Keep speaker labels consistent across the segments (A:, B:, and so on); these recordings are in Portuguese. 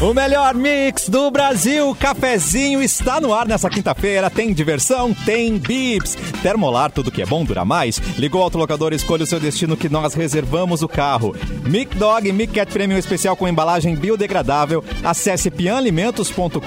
A: O melhor mix do Brasil, cafezinho está no ar nessa quinta-feira. Tem diversão, tem bips. Termolar, tudo que é bom dura mais. Ligou o autolocador, escolha o seu destino que nós reservamos o carro. Mic Dog, Mic Cat Premium especial com embalagem biodegradável. Acesse pianalimentos.com.br.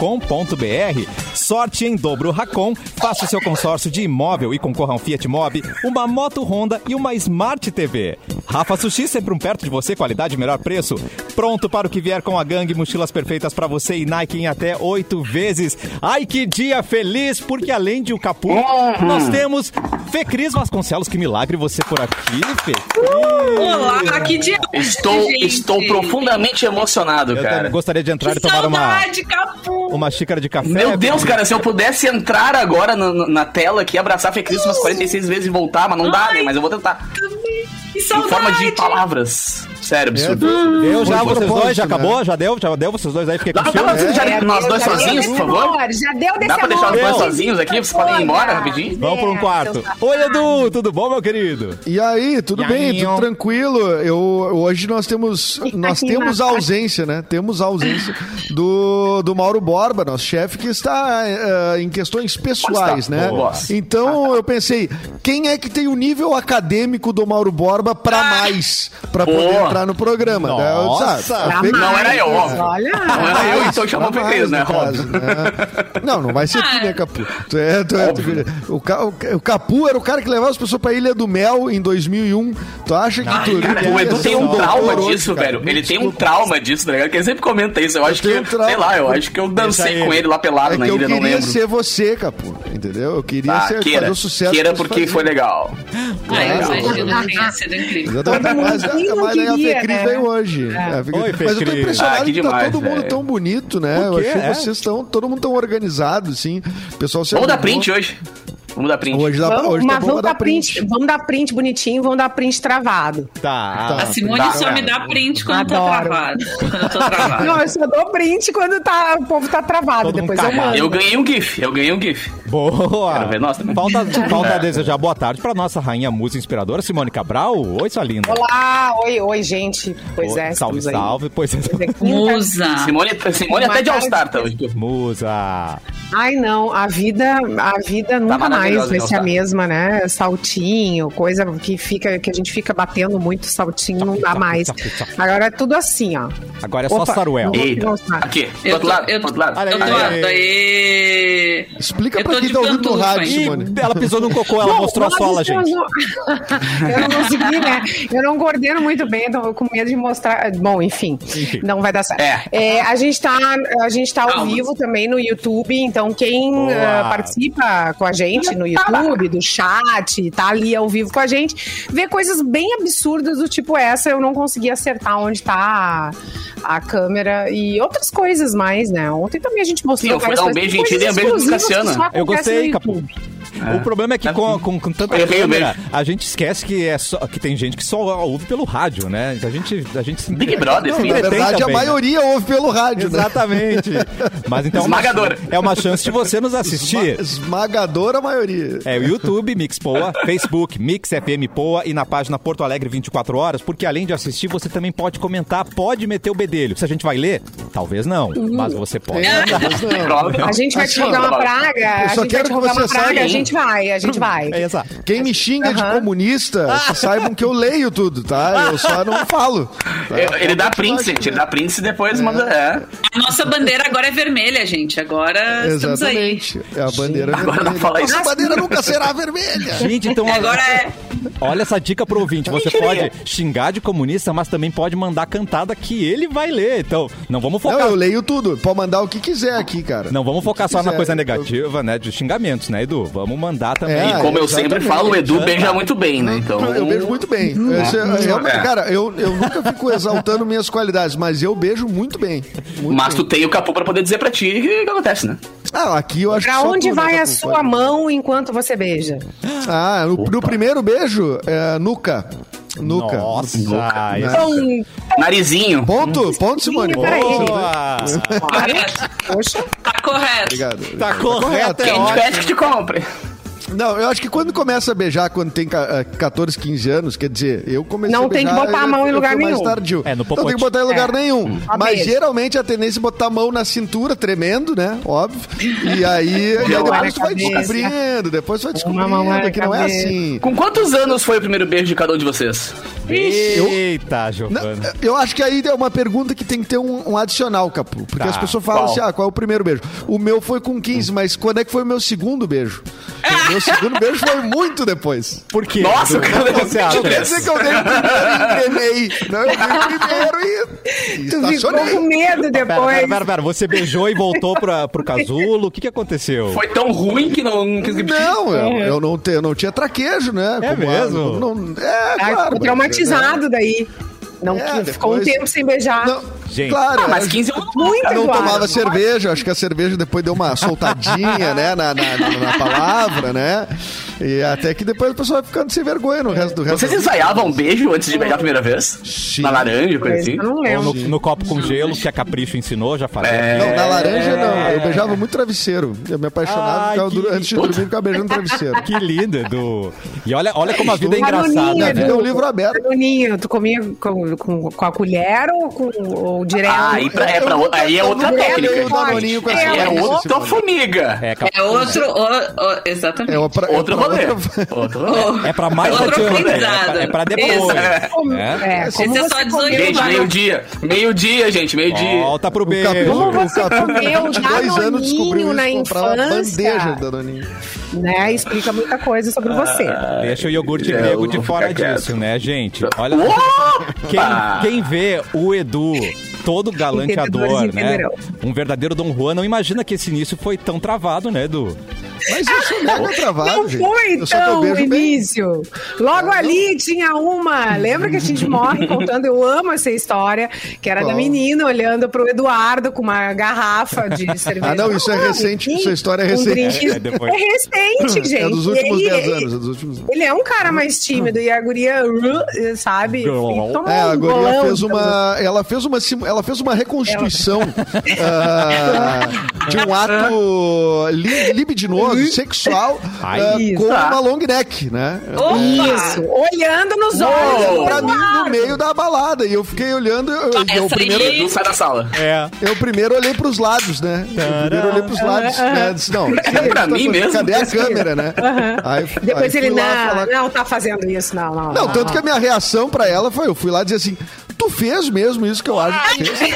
A: Sorte em dobro Racon. Faça é o seu consórcio de imóvel e concorra a um Fiat Mobi, uma moto Honda e uma Smart TV. Rafa Sushi, sempre um perto de você, qualidade e melhor preço. Pronto para o que vier com a gangue, mochilas perfeitas para você e Nike em até oito vezes. Ai, que dia feliz, porque além de o Capu,
B: Hum.
A: nós temos Fê Cris Vasconcelos. Que milagre você por aqui, Fê.
B: Uh,
C: Olá, que dia.
B: Estou,
C: gente.
B: estou profundamente emocionado,
A: Eu
B: cara.
A: também gostaria de entrar
C: Que
A: e tomar uma,
C: saudade, Capu.
A: uma xícara de café.
B: Meu Deus,
A: porque-
B: cara, se eu pudesse entrar agora na, na- na tela aqui, abraçar a Fê Cris umas 46 vezes e voltar, mas não dá,
C: Ai.
B: né? Mas eu vou tentar.
C: Que
B: Em
C: saudade.
B: forma de palavras. Sério, absurdo.
A: Eu já,
D: Foi
A: vocês
D: propósito,
A: dois, já
D: né?
A: acabou? Já deu? Já deu vocês dois aí? Fiquei com
B: Dá, dá
A: ciúme.
B: pra vocês
C: É,
B: deixarem nós
E: Deus,
B: dois
E: É já deu
B: sozinhos, por
E: desse
B: favor?
E: amor, Já deu desse
B: Dá pra deixar os dois
A: Meu.
B: sozinhos aqui? Vocês podem ir embora rapidinho?
A: Vamos para um
E: É,
A: quarto.
E: seu safado.
A: Oi, Edu, tudo bom, meu querido?
D: E aí, tudo
A: E
D: bem?
A: aí,
D: tudo
A: ó.
D: tranquilo? Eu, hoje nós temos nós
E: Que
D: temos a
E: massa.
D: ausência, né? Temos a ausência do, do Mauro Borba, nosso chefe, que está eh, em questões pessoais, né?
B: Boa.
D: Então eu pensei, quem é que tem o nível acadêmico do Mauro Borba para mais, para poder
B: Ah! Boa.
D: entrar no programa? né? Eu disse, ah,
A: Nossa.
D: a Fê-
B: Não era eu, óbvio. Não
E: Olha.
B: era eu, então chamou
D: Pra
B: Fê Cris,
D: Ah, mais,
B: né?
D: no caso,
B: Óbvio.
D: né? Não, não vai ser tu,
E: Ah.
D: né, Capu? Tu é, tu é- tu- o, Ca- o Capu era o cara que levava as pessoas pra Ilha do Mel em 2001. Tu acha que tu.
B: Cara,
D: tu
B: o
D: ia
B: Edu
D: ser
B: tem um
D: doutor
B: trauma
D: hoje,
B: disso,
D: cara?
B: velho.
D: Me
B: Ele tem um
D: desculpa.
B: trauma disso, tá ligado? Que ele sempre comenta isso. Eu acho que,
D: tenho um trauma.
B: sei lá, eu acho que eu dancei
A: Deixa
B: com
A: ele.
B: ele lá pelado
D: É
B: na
D: que eu
B: ilha, não
D: queria
B: lembro.
D: ser você, Capu. Entendeu? Eu queria
B: Tá,
D: ser, fazer
B: queira.
D: o sucesso.
B: Queira
D: que você
B: porque
D: fazia.
B: foi legal.
C: Ai,
B: É,
E: é
D: Legal.
C: eu imagino
B: né?
C: que tenha sido incrível.
D: Exatamente. Mas,
E: mundo
D: mas aí a
E: queria,
D: Fê Cris
E: né?
D: veio hoje. É, a Fê Cris-
A: Oi, Fê
D: mas eu tô
A: Cris.
D: impressionado
B: Ah, que
D: que, tá
B: demais,
D: todo mundo
B: velho.
D: tão bonito, né? Eu
A: Por quê?
D: achei que
A: É?
D: vocês tão, todo mundo tão organizado, assim. O pessoal se
B: Vamos dar
D: arrumou.
B: print né? hoje. Vamos dar print.
D: Hoje dá,
E: Vamos,
D: hoje tá
E: mas
D: bom
E: vamos
D: pra
E: dar print. Vamos dar print bonitinho, vamos dar print travado.
A: Tá.
C: A Simone
B: Tá,
C: só
B: cara.
C: me dá print quando tá
E: Adoro.
C: travado. Quando eu tô
B: Tá.
C: travado.
E: Não, eu só dou print quando tá, o povo tá travado.
A: Todo mundo
E: Depois eu
A: cagado.
E: mando.
B: Eu ganhei um GIF, eu ganhei um GIF.
A: Boa!
B: Quero ver nós também.
A: Falta, falta desejar boa tarde para nossa rainha musa inspiradora, Simone Cabral. Oi, sua linda.
E: Olá, oi, oi, gente. Pois é,
A: salve,
E: estamos aí.
A: salve. Pois é,
E: Pois é, quinta.
C: Musa.
B: Simone, Simone
E: Uma
B: até de
E: cara
B: All-Star
E: de-
B: tá
A: musa.
E: Ai, não, a vida, a vida nunca mais
B: maravilhosa,
E: vai ser a
B: Elsa.
E: mesma, né? Saltinho, coisa que fica, que a gente fica batendo muito saltinho, não dá
A: Tchac,
E: mais.
A: tchac, tchac.
E: Agora é tudo assim, ó.
A: Agora é só
E: Opa,
A: saruel.
E: não-
B: Eita.
E: Nossa.
B: Aqui, do
C: Eu
B: outro
C: tô,
B: lado.
C: eu,
B: do outro lado.
C: eu tô
B: Aí, aí.
C: alta, aê.
D: Explica
C: Eu
D: pra
C: tô
D: quem
C: de
D: tá ouvindo no
C: pantufa,
D: rádio,
C: hein?
A: Ih,
D: Simone.
A: ela pisou num cocô, ela
E: Bom,
A: mostrou a
E: nós
A: sola,
E: estamos
A: gente.
E: no- eu não consegui, né? Eu não coordeno muito bem, então eu com medo de mostrar. Bom, enfim,
A: Enfim.
E: não vai dar certo.
B: É.
E: É, a gente está a gente tá ao
C: Calma.
E: vivo também no YouTube, então quem
A: Boa.
E: eh, participa com a gente no YouTube, do chat, tá ali ao vivo com a gente, vê coisas bem absurdas do tipo essa, eu não consegui acertar onde tá a, a câmera e outras coisas mais, né? Ontem também a gente mostrou
B: Sim, eu fui
E: várias
B: dar um
E: coisas,
B: beijo
E: tem
B: em ti, dei um
E: coisas
B: beijo no
E: exclusivas que
B: Cassiano.
E: só
A: Eu
E: acontecem
A: gostei,
E: no
A: Capu.
E: YouTube.
A: O problema é que com, com, com tanta
B: Errei o
A: câmera,
B: beijo.
A: a gente esquece que, é só, que tem gente que só ouve pelo rádio, né? A gente, a gente se
B: Big Brother,
A: Não,
B: filho.
D: Na
A: entretém
D: verdade, a
A: também, né?
D: maioria ouve pelo rádio, né?
A: Exatamente. Mas então é uma-
B: Esmagadora.
A: é uma chance de você nos assistir.
D: Esma- Esmagadora maioria.
A: É o YouTube Mix Poa, Facebook Mix FM Poa e na página Porto Alegre 24 horas, porque além de assistir, você também pode comentar, pode meter o bedelho. Se a gente vai ler, talvez não, mas você pode.
D: É, mas não.
B: Droga.
E: A gente vai te
D: Assim,
E: jogar uma
B: ó,
E: praga.
D: eu só
E: A gente vai
D: quero
E: te
D: que
E: jogar uma
D: vocês
E: praga.
D: saibam-
E: A gente vai, a gente vai.
A: É exato.
D: Quem me xinga de
E: Aham.
D: comunista, saibam que eu leio tudo, tá? Eu só não falo. tá?
B: Eu- Ele dá print, gente. Ele dá print e depois manda. É.
C: A nossa bandeira agora é vermelha, gente. Agora estamos aí.
D: Exatamente. É a bandeira
B: Agora
D: vermelha.
B: fala isso.
D: Nossa, a bandeira nunca será vermelha.
A: Gente, então olha,
C: Agora é.
A: olha essa dica pro ouvinte. Você
B: Mentirinha.
A: pode xingar de comunista, mas também pode mandar cantada que ele vai ler. Então, não vamos
D: Não,
A: focar.
D: eu leio tudo. Pode mandar o que quiser aqui, cara.
A: Não vamos focar só na
D: quiser.
A: coisa negativa, né? De xingamentos, né, Edu? Vamos mandar também.
D: É,
B: E como eu sempre
D: exatamente.
B: falo, o Edu beija muito bem, né? Então.
D: Eu beijo muito bem. Esse- é realmente, cara, eu, eu nunca fico exaltando minhas qualidades, mas eu beijo muito bem. Muito
B: Mas tu
D: bem.
B: tem o capu pra poder dizer pra ti o que, que acontece, né?
D: Ah, aqui eu acho que
E: Pra
D: só
E: onde
D: tu, né,
E: vai a
D: Capu?
E: sua mão enquanto você beija?
D: Ah, no, no primeiro beijo, é, nuca. Nuca.
A: Nossa,
B: Nunca.
D: né?
A: isso-
E: Então,
B: Narizinho.
D: Ponto, ponto, Simone.
E: Peraí, gente.
A: Boa!
C: Correto.
E: poxa,
C: Tá correto.
D: Obrigado.
A: Tá correto,
B: Quem
A: é
B: te pede que te compre.
D: Não, eu acho que quando começa a beijar, quando tem ca- eh, 14, 15 anos, quer dizer, eu comecei
E: Não
D: a
E: tem
D: beijar...
E: que botar a
D: eu-
E: mão em
D: eu
E: lugar
D: fui mais
E: nenhum.
D: Tardio.
A: É, no
D: Não tem
A: popote.
D: que botar em lugar
E: É.
D: nenhum.
E: Só
D: Mas
E: beijo.
D: geralmente a tendência é botar a mão na cintura, tremendo, né? Óbvio. E aí, e aí
E: mão na
D: depois tu vai
E: cabeça.
D: descobrindo, depois tu vai
E: mão na
D: descobrindo que não é
E: cabeça.
D: assim.
B: Com quantos anos foi o primeiro beijo de cada um de vocês?
A: Eita,
D: Não,
A: Giovana.
D: eu acho que aí é uma pergunta que tem que ter um, um adicional, Capu. Porque
A: Tá,
D: as pessoas falam
B: qual?
D: assim: ah, qual é o primeiro beijo? O meu foi com 15, mas quando é que foi o meu segundo beijo? O meu segundo beijo foi muito depois.
A: Por quê?
B: Nossa,
A: Edu?
B: cara,
A: O é que você
B: eu
A: acha?
D: Não quer dizer que eu dei o primeiro e engrenei. Não, eu dei o primeiro e. e
E: Tu ficou
D: estacionei.
E: com medo
A: Pera,
E: depois.
A: pera, pera, pera. Você beijou e voltou pra, pro casulo. O que, que aconteceu?
B: Foi tão ruim que não não quis repetir.
D: Não, eu,
E: É.
D: eu não, te, eu não tinha traquejo, né?
A: É
D: Como a-
A: mesmo?
D: não- é,
E: Ah,
D: claro,
E: ficou
D: mas-
E: traumatizado daí. Não,
D: É,
E: quis, ficou um
D: depois-
E: tempo sem beijar.
D: Não,
A: Gente.
D: Claro,
B: Ah, mas
D: eu-
B: 15 anos
E: Muito,
D: não
E: Eduardo.
D: tomava cerveja, acho que a cerveja depois deu uma soltadinha, né, na, na- na- na palavra, né? E até que depois a pessoa vai ficando sem vergonha no resto do resto.
B: Vocês
D: da vida.
B: ensaiavam um beijo antes de beijar a primeira vez?
D: Sim.
B: Na laranja, coisa
E: Mas
B: assim?
E: Eu não
A: Ou no,
E: lembro.
A: no copo com gelo, que a Capricho ensinou, já falei.
B: É.
D: Não, na laranja não. Eu beijava muito travesseiro. Eu me apaixonava,
A: Ai,
D: ficava
A: que
D: dur- antes de dormir, ficava beijando travesseiro.
A: Que lindo, Edu. E olha, olha como a vida é
E: Canoninho,
A: engraçada,
D: Minha vida
A: né?
D: é um livro aberto.
E: Canoninho, tu comia com, com, com a colher ou, com, ou direto?
B: Ah, aí pra- é pra outra- aí é
D: Eu
B: outra
D: nunca
B: técnica,
D: tomei o
B: gente.
D: Danoninho com
E: É,
D: essa
B: Aí é
E: Não,
D: conversa,
B: outra
D: Simone.
B: formiga.
A: É, Cap-
C: É outro. o- o- exatamente.
D: É uma pra- é
B: Outro
D: pra
B: rolê.
D: outra-
B: Outro rolê.
A: é pra mais
C: Outro
A: adiante, né? é,
C: aprendizado.
A: pra, é pra depois.
C: Isso.
E: Como-
A: né?
E: é, como
C: Esse é só
E: você
C: 18
E: comeu,
B: Gente,
C: Vai.
B: meio-dia. Meio-dia, gente, meio-dia.
A: Volta pro
D: O Capu,
A: beijo.
E: Como
D: o
E: você
D: Capu, com
E: comeu
D: 22 anos, descobriu
E: Um Danoninho
D: isso,
E: na
D: comprava
E: infância?
D: bandeja de Danoninho.
E: né? Explica muita coisa sobre
B: Ah.
E: você.
A: Deixa o iogurte
B: É,
A: grego
B: eu
A: de
B: vou
A: fora
B: ficar quieto.
A: disso, né, gente? Olha quem,
B: Opa!
A: quem vê o Edu todo galanteador,
E: Entendedores
A: né?
E: entenderão.
A: Um verdadeiro Dom Juan, não imagina que esse início foi tão travado, né, Edu?
D: Mas eu sou mega travado,
E: Não
D: gente.
E: foi
D: Eu só dou
E: então o
D: beijo bem.
E: início. Logo ali tinha uma. Lembra que a gente morre contando? Eu amo essa história, que era da
D: Qual?
E: menina olhando pro Eduardo com uma garrafa de cerveja.
D: Ah, não, isso é
E: Ah,
D: recente,
E: enfim,
D: essa história é recente.
E: drink-
A: É, é depois.
E: é recente, gente.
D: É dos
E: E
D: últimos
E: ele-
D: 10 anos, é dos últimos
E: Ele é um cara mais tímido e a guria, uh, sabe? E tomou
D: É, a
E: um
D: Goria
E: bolão,
D: fez
E: então.
D: uma, ela fez uma, simu- ela fez uma reconstituição ah, de um ato li- libidinoso, sexual,
A: Ai,
D: ah,
E: isso.
D: com uma long neck, né?
C: Opa!
E: Isso, olhando nos olhos.
B: Uou,
E: do
D: Pra mim, no
E: Eduardo.
D: meio da balada, e eu fiquei olhando, eu, eu- eu
C: Essa
D: primeiro,
C: aí-
B: Edu sai da sala.
A: É.
D: eu primeiro olhei pros lados, né? Eu primeiro olhei pros lados, né? Disse, não,
B: pra
D: tá
B: mim
D: fazendo-
B: mesmo?
D: Cadê a câmera, né? Aí-
E: Depois
D: aí
E: ele,
D: fui lá
E: não,
D: falar-
E: não tá fazendo isso, não, não.
D: Não, tanto que a minha reação pra ela foi, eu fui lá dizer assim, tu fez mesmo isso que eu acho que tu fez?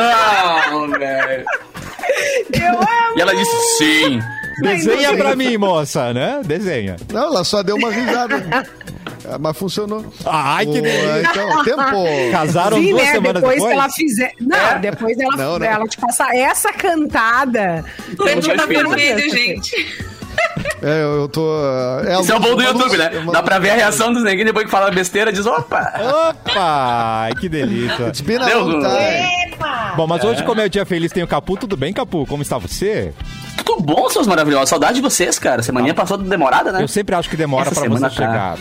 B: Não, velho.
E: Eu amo.
B: E ela disse sim.
A: Desenha pra mim, moça, né? Desenha.
D: Não, ela só deu uma risada. Ah, Mas funcionou.
A: Ai, que
D: Pô,
A: delícia.
D: Então, tempo.
A: Casaram
E: Sim,
A: duas
E: né?
A: semanas
E: Depois
A: depois?
E: que ela fizer. Não, depois dela,
D: Não, não.
E: ela te passar essa cantada.
C: O
B: Eu
C: Edu
B: já
C: tá
B: fiz.
C: vermelho, gente.
D: É, eu eu tô. É,
B: Isso é o bom do YouTube, né?
D: uma-
B: Dá pra ver a reação dos neguinhos depois que fala besteira, diz opa.
A: Opa! Ai, que delícia.
D: Bem na
B: Deu, É,
D: vontade.
A: Bom, mas hoje, como é o dia feliz, tem o Capu. Tudo bem, Capu? Como está você?
B: Tudo bom, seus maravilhosos. Saudade de vocês, cara. Semaninha passou demorada, né?
A: Eu sempre acho que demora pra
B: Essa
A: você
B: semana tá-
A: chegar.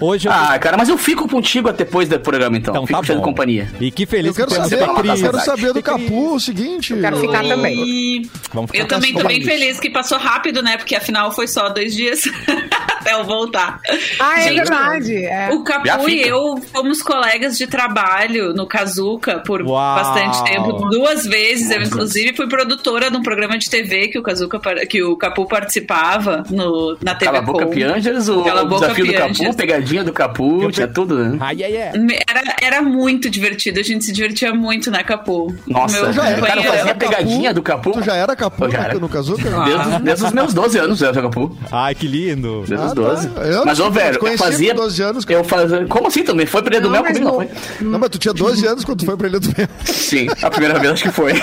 A: Hoje eu
B: Ah, cara, mas eu fico contigo depois do programa, então.
A: Então
B: fico
A: tá
B: te dando
A: bom.
B: companhia.
A: E que feliz
D: Eu quero
A: que temos
D: saber,
A: a Cris.
D: eu quero
B: Tem
D: saber do
A: que-
D: Capu o seguinte.
E: quero
B: Tá
E: ficar
D: eu-
E: também.
C: E
A: Vamos ficar
C: eu também tô
A: com
C: bem
A: isso.
C: feliz que passou rápido, né? Porque afinal foi só dois dias até eu voltar.
E: Ah, é
C: Gente,
E: verdade. é.
C: O
B: Já
C: Capu
B: fica.
C: e eu fomos colegas de trabalho no Kazuca por
A: Uau.
C: bastante tempo, duas vezes. Eu, inclusive, fui produtora de um programa de TV que o Kazuca, par- que o Capu participava no, na TV
B: Cala a boca,
C: Com.
B: Pianjas, o,
C: Cala a
B: o
C: boca,
B: desafio do
C: Pianjas.
B: Capu, pegadinha do Capu,
A: Eu
B: tinha
A: pe-
B: tudo, né?
A: Ai, ai, ai.
C: Me- Era, era muito divertido, a gente se divertia muito, né, Capu?
B: Nossa, é,
C: Meu
D: já era,
C: companheiro-
B: o cara fazia
D: Capu?
B: pegadinha do Capu.
D: Tu já era Capu
B: Eu já
D: né,
B: era.
D: no Kazuca?
B: Desde, desde os meus 12 anos eu era Capu.
A: Ai, que lindo.
B: Desde
D: Ah,
B: os
D: tá.
B: 12.
D: Eu
B: Mas, ô,
D: não
B: velho, eu
D: conheci com
B: fazia.
D: 12 anos,
B: Eu fazia. Como assim também? Foi pra Ilha do
E: Não,
B: Mel
E: mas
B: comigo, não
E: não-
B: foi?
D: Não, mas tu tinha 12 anos quando tu foi pra Ilha do Mel.
B: Sim, a primeira vez acho que foi.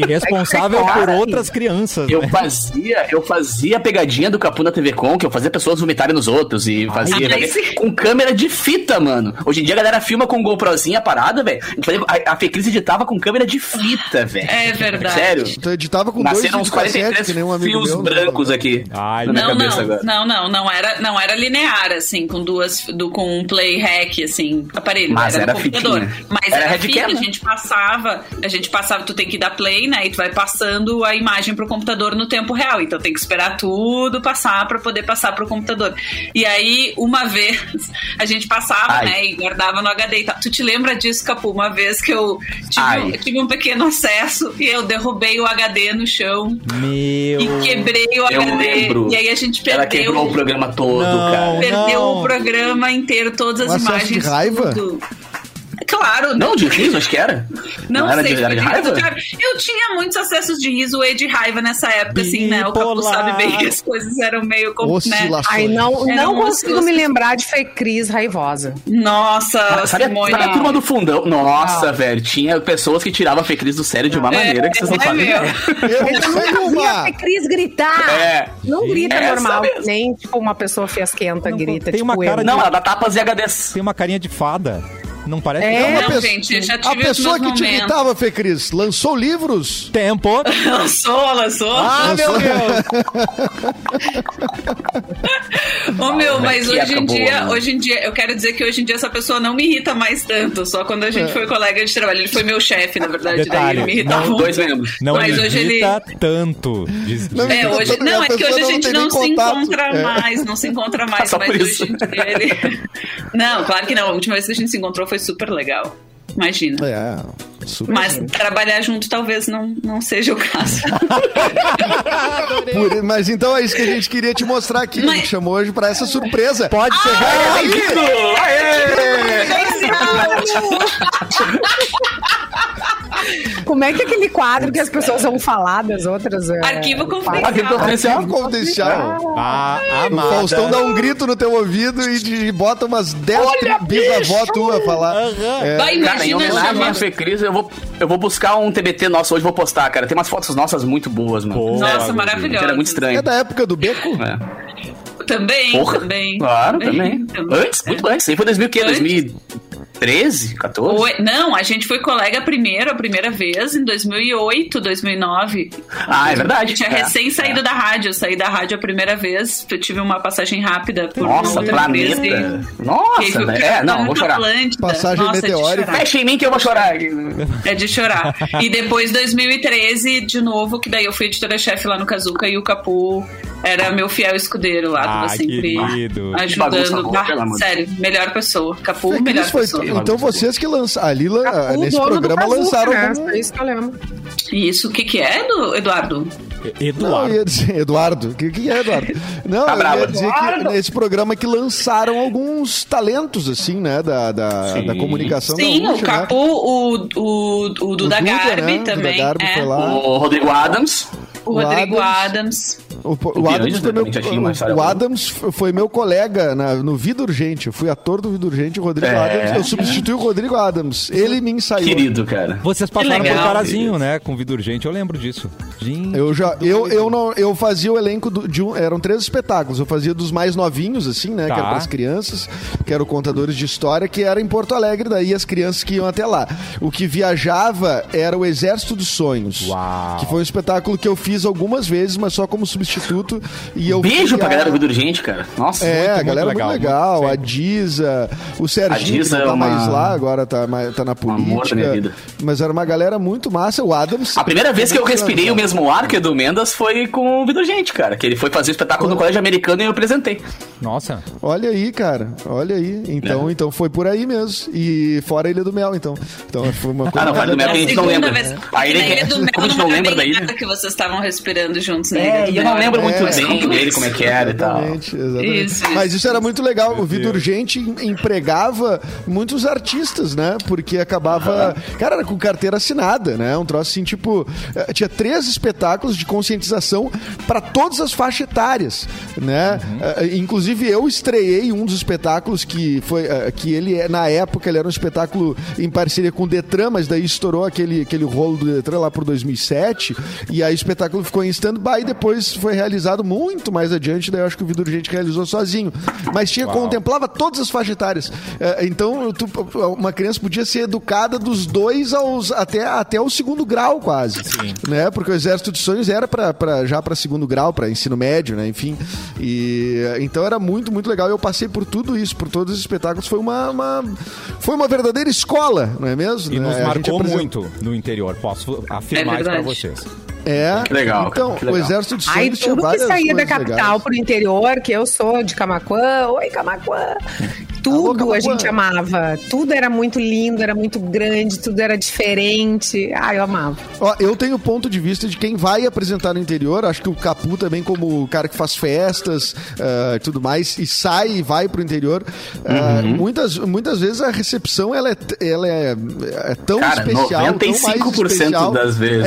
A: Irresponsável
E: Ai,
A: por
E: cara.
A: outras crianças,
B: Eu
A: né?
B: fazia, eu fazia a pegadinha do Capu na TV Com, que eu fazia pessoas vomitarem nos outros e fazia
C: Ah,
B: né?
C: mas esse-
B: com câmera de fita, mano. Hoje em dia a galera filma com GoProzinha parada, velho. A gente fazia- A, a Fecris editava com câmera de fita, velho.
C: É verdade.
B: Sério.
D: Tu editava com dois
B: Nasceram uns
D: videocassete,
B: 43
D: que nem um amigo
B: fios
D: meu.
B: brancos aqui.
A: Ai,
B: na minha
C: Não,
B: cabeça
C: não,
B: agora.
C: não, não, Não, não era, não era linear, assim, com duas, do, com um play hack, assim, aparelho.
B: Mas era
C: no computador.
B: fitinha.
C: Mas
B: Era
C: era,
B: headcam,
C: fita, a
B: né?
C: gente passava, a gente passava, tu tem que dar play, né? E tu vai passando a imagem pro computador no tempo real. Então tem que esperar tudo passar pra poder passar pro computador. E aí, uma vez, a gente passava,
B: Ai.
C: né? E guardava no HD e tal. Tu te lembra disso, Capu? Uma vez que eu tive,
B: Ai.
C: um, tive um pequeno acesso e eu derrubei o HD no chão.
A: Meu.
C: E quebrei o
B: Eu
C: HD.
B: lembro.
C: E aí a gente
B: Ela
C: perdeu.
B: quebrou o programa todo,
A: Não.
B: cara.
C: Perdeu
A: Não.
C: o programa inteiro, todas as
D: Um acesso
C: imagens.
D: de raiva?
C: tudo. Claro,
B: Não, de riso, acho que era.
C: não,
B: era
C: sei.
B: de, era de
C: foi
B: raiva?
C: de Eu tinha muitos acessos de riso e de raiva nessa época, assim, né? O Capu
A: Bipolar.
C: sabe bem que as coisas eram meio como, né?
D: Oscilações.
E: Ai, não,
C: Era
E: não
C: um
E: consigo
C: monstro.
E: me lembrar de Fê Cris raivosa.
C: Nossa,
B: Sabe, a-
C: Simone. Ah.
B: sabe a turma do fundão? Nossa, velho. Tinha pessoas que tiravam a Fecris do sério de uma maneira que vocês não
C: é,
B: sabem.
C: meu.
D: Eu
E: Eu
D: sei
E: nunca vi a
D: uma.
E: é Fê Cris gritar.
B: É.
E: Não grita
B: Essa
E: normal,
B: mesmo.
E: nem tipo uma pessoa fiasquenta
A: Não,
E: grita.
A: tem uma
E: tipo
A: cara
E: eu.
A: de-
B: Não, ela dá tapas e HDs.
A: Tem uma carinha de fada. Não parece?
E: É.
D: Uma
C: Não,
D: pessoa-
C: gente, eu já
D: A
C: tive os
D: pessoa que
C: meus
D: te
C: momentos.
D: gritava, Fê Cris, lançou livros?
A: Tempo.
C: Lançou, lançou.
A: Ah, meu
D: Lançou-
A: Deus.
C: Ô meu, mas
B: que
C: hoje em
B: acabou,
C: dia,
B: né?
C: hoje em dia, eu quero dizer que hoje em dia essa pessoa não me irrita mais tanto. Só quando a gente
D: É.
C: foi colega de trabalho, ele foi meu chefe, na verdade, daí
A: Detalhe,
C: ele me irritava.
A: não-
B: Tá,
C: muito.
B: Dois membros.
A: Não
C: Mas
A: me
C: hoje ele-
A: irrita tanto. Diz,
D: Não me
C: É,
D: irrita
C: hoje,
D: tanto,
C: não,
D: a
C: é que hoje a
D: pessoa
C: gente
D: tem
C: não,
D: nem
C: se
D: contato.
C: encontra
D: É.
C: mais, não se encontra mais,
B: Só
C: mas
B: por
C: hoje
B: isso.
C: em dia ele. Não, claro que não. A última vez que a gente se encontrou foi super legal. Imagina.
D: É, super.
C: Mas trabalhar junto talvez não, não seja o caso.
D: Por- mas então é isso que a gente queria te mostrar aqui. A gente
C: Mas-
D: chamou hoje pra essa surpresa. Ah,
A: Pode ser.
D: Aí,
E: Como é que é aquele quadro que as pessoas são faladas, outras. é,
C: Arquivo
E: falam?
B: Aqui
C: confidencial.
D: Arquivo
B: aconteceu.
D: é um confidencial.
A: Ah,
D: O
A: amada.
D: Faustão dá um grito no teu ouvido e te bota umas 10 bisavó tua falar.
A: Aham.
D: É.
B: Cara,
C: Vai,
B: em
C: imagina
B: homenagem à
C: chamar.
B: Fecris, eu vou, eu vou buscar um TBT nosso hoje, vou postar, cara. Tem umas fotos nossas muito boas, mano.
A: Boa,
C: Nossa,
A: Gabi.
C: maravilhoso.
B: Era muito estranho.
D: É da época do beco?
B: É.
C: Também,
B: Porra.
C: também.
B: Claro, também.
C: também. É.
B: Antes, muito antes. Aí foi 2000 o quê?
C: Antes.
B: 2013? 14?
C: Oi- não, a gente foi colega primeiro, a primeira vez, em 2008, 2009.
B: Ah, é verdade.
C: Eu tinha
B: É,
C: recém saído
B: é.
C: da rádio. Eu saí da rádio a primeira vez. Eu tive uma passagem rápida por uma
B: Nossa,
C: outra
B: planeta.
C: empresa. E aí
B: Nossa,
C: fui
B: velho.
C: pra
B: É, não, vou chorar.
C: Atlântida.
D: Passagem
C: Nossa, é de
D: meteórica.
C: chorar.
B: Fecha em mim que eu vou chorar.
C: É de chorar. E depois, 2013, de novo, que daí eu fui editora-chefe lá no Kazuca e o Capu era meu fiel escudeiro lá. Tava
A: Ah,
C: sempre
A: querido.
B: Que bagunça
C: ajudando.
B: boa,
C: Ah,
B: pelo amor de
C: sério, melhor pessoa. Capu,
D: Fê
C: melhor
D: Cris foi-
C: pessoa.
D: então vocês que lançaram. Ali, lan-
E: é, O
D: Ah, nesse
E: dono do
D: programa
E: Bazooka,
D: lançaram.
E: né?
D: algum-
E: É isso que eu lembro.
C: E isso, o que que é, Edu- Eduardo?
D: Não, eu
A: Eduardo.
D: ia dizer, Eduardo. O que, que é, Eduardo? Não,
B: Tá
D: eu
B: brava.
D: ia dizer que nesse programa que lançaram alguns talentos, assim, né? Da, da,
B: Sim.
D: da comunicação
C: Sim,
D: gaúcha,
C: o Capu, o, o, o Duda
D: Duda,
C: Garbi
D: né? Duda
C: também.
D: Garbi
C: é.
D: foi lá.
B: O Rodrigo Adams.
C: O
D: O
C: Rodrigo Adams.
D: Adams. né? O, o
B: Pirâmide,
D: Adams, foi
B: né?
D: meu,
B: Também já tinha uma história
D: o Adams f- foi meu colega na- no Vida Urgente. Eu fui ator do Vida Urgente, o Rodrigo
B: É.
D: Adams. Eu substituí o Rodrigo Adams. Ele me ensaiou.
B: Querido, cara.
A: Vocês passaram por
C: legal.
A: Carazinho, né? Com vida urgente, eu lembro disso. Gente.
D: Eu já, eu, eu não, eu fazia o elenco do- de um, eram três espetáculos. Eu fazia dos mais novinhos, assim, né?
A: Tá.
D: Que era para as crianças, que era o contadores de história, que era em Porto Alegre, daí as crianças que iam até lá. O que viajava era o Exército dos Sonhos,
A: Uau.
D: que foi um espetáculo que eu fiz algumas vezes, mas só como substituto. E eu
B: Beijo
D: fui
B: pra
D: a-
B: galera do Vida Urgente, cara. Nossa.
D: É,
A: muito
D: a galera
A: legal,
D: muito
A: muito
D: legal.
A: sempre.
D: a Diza, o Serginho,
B: né? A Diza
D: que não tá
B: é uma- um
D: mais lá, agora tá, mais- tá na política.
B: amor da minha vida.
D: Mas era uma galera muito massa. O Adams.
B: A primeira vez que eu respirei o mesmo ar que o Edu Mendes foi com o Vida Urgente, cara. Que ele foi fazer o espetáculo
D: É.
B: no Colégio Americano e eu apresentei.
A: Nossa.
D: Olha aí, cara. Olha aí. Então,
B: Né?
D: então foi por aí mesmo. E fora a Ilha do Mel, então. Então foi uma coisa.
B: Ah, não, Vale do Mel
C: É A
B: a gente não
C: segunda
B: lembra.
C: vez.
B: É.
C: Porque
B: A ilha
C: na
B: que-
C: Ilha do
B: a
C: Mel
B: gente
C: não,
B: não
C: era
B: lembra
C: bem
B: da ilha.
C: nada que vocês estavam respirando juntos na Ilha
B: É,
C: do
B: e eu
C: Mel,
B: não lembro
C: né?
B: muito
C: Mas
B: bem
C: como
B: dele, como é que era e tal.
D: Exatamente, exatamente.
C: Isso, isso,
D: Mas isso era muito legal. O Vida
A: Deus.
D: Urgente em- empregava muitos artistas, né? Porque acabava. Cara, era com carteira assinada, né? Um troço assim, tipo. eh, Tinha três espetáculos de conscientização para todas as faixas etárias, né? Eh, Inclusive, eu estreiei um dos espetáculos que foi. eh, Que ele, é- na época, ele era um espetáculo em parceria com o Detran, mas daí estourou aquele, aquele rolo do Detran lá por 2007. E aí o espetáculo ficou em stand-by e depois foi foi realizado muito mais adiante, daí eu acho que o Vida Urgente realizou sozinho. Mas tinha, contemplava todas as faixas etárias. É, Então, tu- uma criança podia ser educada dos dois aos, até, até o segundo grau, quase. Né? Porque o Exército de Sonhos era pra, pra, já para segundo grau, para ensino médio, né? Enfim. E, então era muito, muito legal. Eu passei por tudo isso, por todos os espetáculos. Foi uma, uma- foi uma verdadeira escola, não é mesmo?
A: E nos
D: É, a gente
A: marcou
D: apresen-
A: muito no interior, posso afirmar
C: É
A: isso pra
C: verdade.
A: vocês.
D: É.
B: Que legal, cara,
D: Então,
B: que legal.
D: o Exército de Sonhos
E: Aí
D: tinha
E: tudo que
D: várias
E: saía da
D: coisas
E: capital
D: legais.
E: pro interior, que eu sou de Camaquã, oi Camaquã, tudo
D: Alô, Camaquã.
E: a gente amava. Tudo era muito lindo, era muito grande, tudo era diferente. Ah, eu amava.
D: Ó, eu tenho o ponto de vista de quem vai apresentar no interior. Acho que o Capu também, como o cara que faz festas ah, e tudo mais, e sai e vai pro interior. Ah,
B: Uhum.
D: muitas, muitas vezes a recepção ela é, t- ela é, é tão
B: Cara,
D: especial.
B: 95%
D: tão mais especial.
B: das vezes,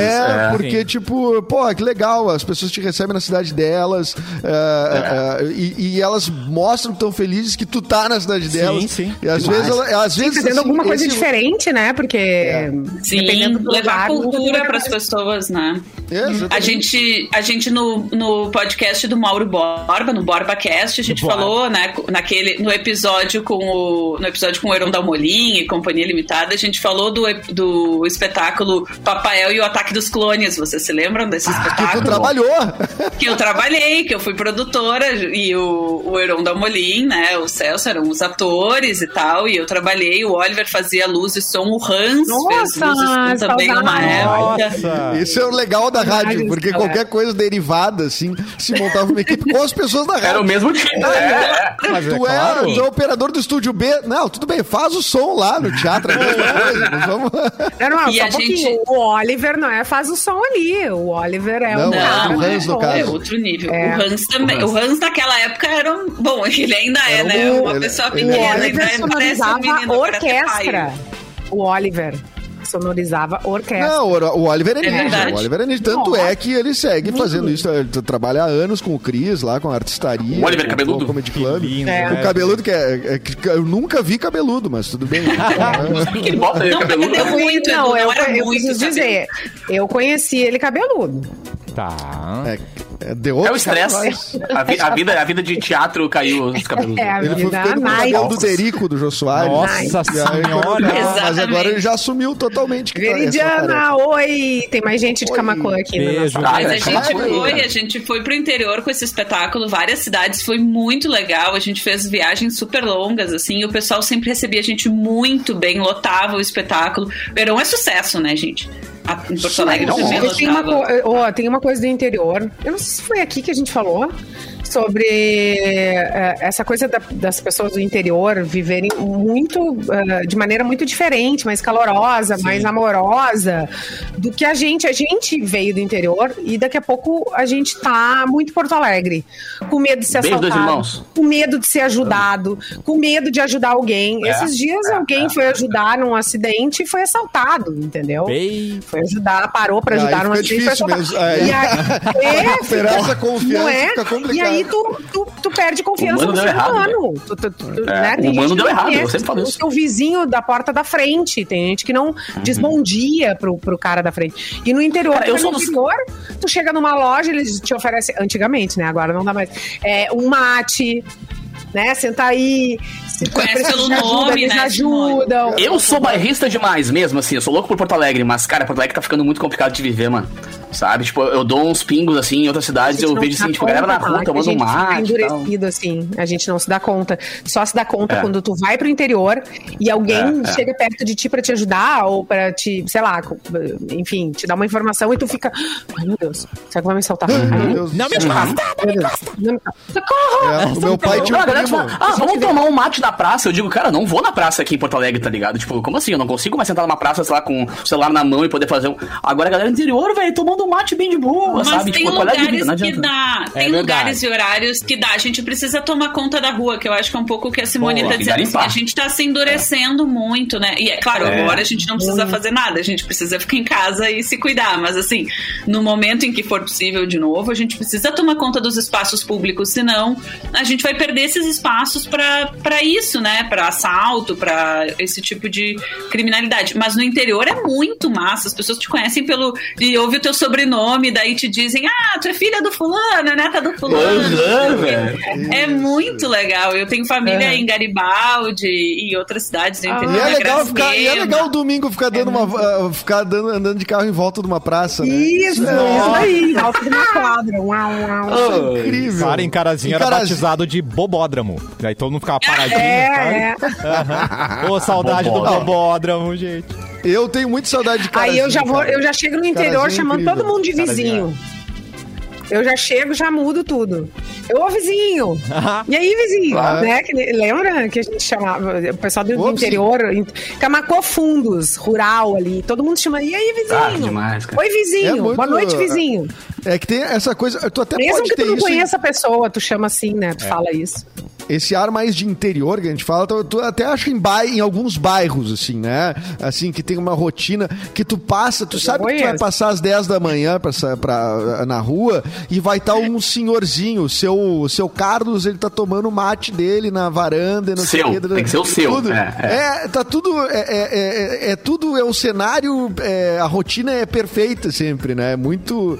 B: é.
D: É, porque,
A: Sim.
D: tipo, pô, que legal. As pessoas te recebem na cidade delas
B: É.
D: ah, ah, e, e elas mostram tão felizes que tu tá na cidade delas.
A: sim.
D: E às vezes, ela, às vezes
E: Fazendo
D: assim,
E: Tá alguma coisa
D: esse- É.
E: diferente, né? Porque.
C: Sim,
E: dependendo do lugar,
C: levar
E: não
C: cultura
E: tem
C: para as
E: mais.
C: pessoas, né?
D: É, exatamente.
C: A gente, a gente no, no podcast do Mauro Borba, no BorbaCast, a gente
A: Bora.
C: falou, né, naquele, no episódio com o. No episódio com o Heron Dalmolin e Companhia Limitada, a gente falou do, ep- do espetáculo Papael e o Ataque dos Clones. Vocês se lembram desse
D: Tu
C: espetáculo?
D: trabalhou.
C: que eu trabalhei, que eu fui produtora, e o, o Heron Dalmolin, né, o Celso eram os atores e tal, e eu trabalhei, o Oliver fazia luz e som, o Hans fez
E: Nossa,
C: luz e som também uma
E: saudade.
C: época.
A: Nossa!
D: Isso é o legal da
E: Verdade,
D: rádio, porque
E: galera.
D: qualquer coisa derivada, assim, se montava uma equipe com as pessoas da rádio.
B: Era o mesmo time. É, é.
A: Mas
D: Tu é,
A: claro.
D: tu é operador do estúdio B. Não, tudo bem, faz o som lá no teatro. é a mesma coisa, mas vamos-
E: Não, não,
C: E
E: só
C: a
E: um pouquinho.
C: gente-
E: O Oliver não é, faz o som ali. O Oliver é
D: Não,
E: um.
D: é
E: cara
D: do
E: muito
D: Hans, no
E: bom.
D: caso.
C: É outro nível.
E: É.
C: O Hans também. O Hans. naquela época era um. Bom, ele ainda é,
D: Era um-
C: né? Uma
D: ele-
C: pessoa
D: ele
E: O
C: pequena,
D: era-
C: ainda
E: Oliver
C: parece um menino
E: sonorizava
C: do Karate
E: orquestra.
C: Pai.
E: O Oliver sonorizava orquestra.
D: Não, o o Oliver é ninja.
C: verdade.
D: o Oliver é ninja. Tanto
E: Nossa.
D: é que ele segue fazendo isso. Ele t- trabalha há anos com o Cris, lá com a artistaria.
B: O Oliver é
D: com-
B: cabeludo?
D: com o Comedy Club.
A: Que lindo,
E: É.
A: né?
D: O cabeludo que é, é que Eu nunca vi cabeludo, mas tudo bem. É,
B: Que bota ele
C: Não,
B: cabeludo.
C: perdeu muito, Edu, não
E: eu,
C: era
E: eu
C: muito
E: preciso
C: cabelo.
E: dizer, eu conheci ele cabeludo.
A: Tá.
D: É, é, de
B: É
D: outro
B: o estresse.
D: rapaz.
B: A, vi- a vida, a vida de teatro caiu os cabelos.
E: É, a
D: Ele foi
E: vida
D: ficando com o cabelo um do
E: night.
D: Derico, do Jô Soares.
A: Nossa
D: E aí, quando-
A: senhora!
D: Mas agora ele já assumiu totalmente. que tá- essa tarefa.
E: Veridiana, oi! Tem mais gente de
D: Oi.
E: Camacuã aqui na
A: Beijo.
E: nossa
B: Ah,
C: Mas a
B: é,
C: gente
D: claro.
C: foi, a gente foi pro interior com esse espetáculo, várias cidades, foi muito legal. A gente fez viagens super longas, assim, e o pessoal sempre recebia a gente muito bem, lotava o espetáculo. Verão é sucesso, né, gente? A- em Porto Alegre
D: não,
C: também
E: Eu tenho uma,
C: lotava.
E: co- ó, tem uma coisa do interior. Eu não sei se foi aqui que a gente falou sobre eh, essa coisa da- das pessoas do interior viverem muito eh, de maneira muito diferente, mais calorosa, mais amorosa do que a gente. A gente veio do interior e daqui a pouco a gente tá muito Porto Alegre, com medo de ser
B: Beijo, dois
E: assaltado,
B: irmãos.
E: com medo de ser ajudado, com medo de ajudar alguém.
B: É,
E: Esses dias alguém foi ajudar num acidente e foi assaltado, entendeu?
A: Bem,
E: Foi ajudar, parou pra
D: Aí
E: ajudar
D: fica
E: numa acidente,
D: difícil
E: foi
D: mesmo,
E: ajudar.
D: aí-
E: E aí, é,
D: Recuperar
E: fica-
D: essa confiança
E: não é?
D: fica complicado.
E: E aí tu, tu, tu perde confiança
B: Humano
E: no
B: deu
E: ser
B: errado,
E: humano. Tu, tu- tu-
B: É,
E: né? Tem
B: humano deu
E: gente que não
B: errado, eu
E: conhece
B: sempre falo
E: o
B: isso. Uhum.
E: teu vizinho da porta da frente. Tem gente que não diz bom dia pro, pro cara da frente. E no interior,
B: Cara, eu
E: tu vai
B: sou
E: no
B: dos-
E: interior, tu chega numa loja, eles te oferecem, antigamente, né? Agora não dá mais, é, um mate. Né? Senta aí. se tu
C: Conhece
E: precisa
C: pelo
E: de ajuda,
C: nome,
E: eles
C: né,
E: ajudam.
B: Eu sou bairrista demais mesmo, assim. Eu sou louco por Porto Alegre, mas, cara, Porto Alegre tá ficando muito complicado de viver, mano. Sabe? Tipo, eu dou uns pingos, assim, em outras cidades, eu
E: não
B: vejo,
E: se dá
B: assim, tipo, a galera na
E: conta, tá?
B: rua
E: Que a
B: tomando
E: gente fica
B: mate e tal.
E: endurecido, assim. A gente não se dá conta. Só se dá conta
B: É.
E: quando tu vai pro interior e alguém
B: É, é.
E: chega perto de ti pra te ajudar ou pra te, sei lá, co- enfim, te dar uma informação e tu fica. Ai, meu Deus, será que vai me saltar?
B: Uhum.
D: Meu Deus do
A: Não me
D: céu.
A: encosta!
E: Socorro!
D: É, o meu pai tinha
B: Não,
D: um
B: a galera
D: primo.
B: fala, ah, vamos tomar um mate na praça. Eu digo, cara, não vou na praça aqui em Porto Alegre, tá ligado? Tipo, como assim? Eu não consigo mais sentar numa praça, sei lá, com o celular na mão e poder fazer um. Agora a galera do interior, velho, tomando um mate bem de boa,
C: Mas
B: sabe?
C: tem
B: Tipo, qualidade de
C: lugares
B: vida, não adianta.
C: que dá.
A: É
C: Tem
A: verdade.
C: lugares e horários que dá. A gente precisa tomar conta da rua, que eu acho que é um pouco o que a Simone
A: Boa,
C: tá dizendo.
B: limpar.
C: assim, a gente tá se endurecendo muito, né? E é claro,
B: É.
C: agora a gente não precisa fazer nada, a gente precisa ficar em casa e se cuidar. Mas assim, no momento em que for possível de novo, a gente precisa tomar conta dos espaços públicos, senão a gente vai perder esses espaços para isso, né? Para assalto, para esse tipo de criminalidade. Mas no interior é muito massa. As pessoas te conhecem pelo. e ouvem o teu sobrenome, daí te dizem: ah, tu é filha do fulano, é neta do fulano.
B: Aham, velho.
C: É muito legal. Eu tenho família em Garibaldi e outras cidades
E: Ah.
C: do
D: É.
C: interior.
D: E é,
C: da
D: legal ficar, e é
C: Gracema.
D: legal domingo ficar dando uma. ah, ficar dando, andando de carro em volta de uma praça, né?
E: É Isso, isso
D: é
E: aí. Volta de uma quadra. Uau, uau.
D: incrível.
A: Cara, em Carazinho era
D: Carazinho.
A: batizado de bobódromo. Aí todo mundo ficava paradinho, sabe?
E: É, é.
A: Aham. Ô, saudade do
B: Bobódromo.
A: bobódromo, gente.
D: Eu tenho muita saudade de Carazinho.
E: Aí eu já vou,
D: cara.
E: eu já chego no interior
D: Carazinho
E: chamando
D: incrível.
E: todo mundo de vizinho. Eu já chego, já mudo tudo. Eu, ô vizinho! E aí, vizinho?
D: Ah.
E: Né? Que ne- lembra que a gente chamava, o pessoal do
D: Ô,
E: interior, in- Camacô Fundos, rural ali, todo mundo chama, e aí,
B: Ah,
E: vizinho?
B: que demais, cara.
E: Oi, vizinho!
D: É muito-
E: Boa noite, vizinho!
D: É que tem essa coisa. Tu até
E: Mesmo
D: pode
E: que
D: ter
E: tu não
D: isso. É. em-
E: conheça a pessoa, tu chama assim, né? Tu fala isso.
D: Esse ar mais de interior que a gente fala, tu, tu até acha em, bai- em alguns bairros, assim, né? Assim, que tem uma rotina que tu passa, tu sabe que tu vai
E: conheço.
D: passar às 10 da manhã pra, sa- pra- na rua e vai estar um senhorzinho, o seu, o seu Carlos, ele tá tomando o mate dele na varanda, e não
B: Seu,
D: sei o quê.
B: tem que ser o seu,
D: Tudo.
B: é,
D: É, tá tudo, é, é- é- é tudo, é o cenário, é, a rotina é perfeita sempre, né? É muito...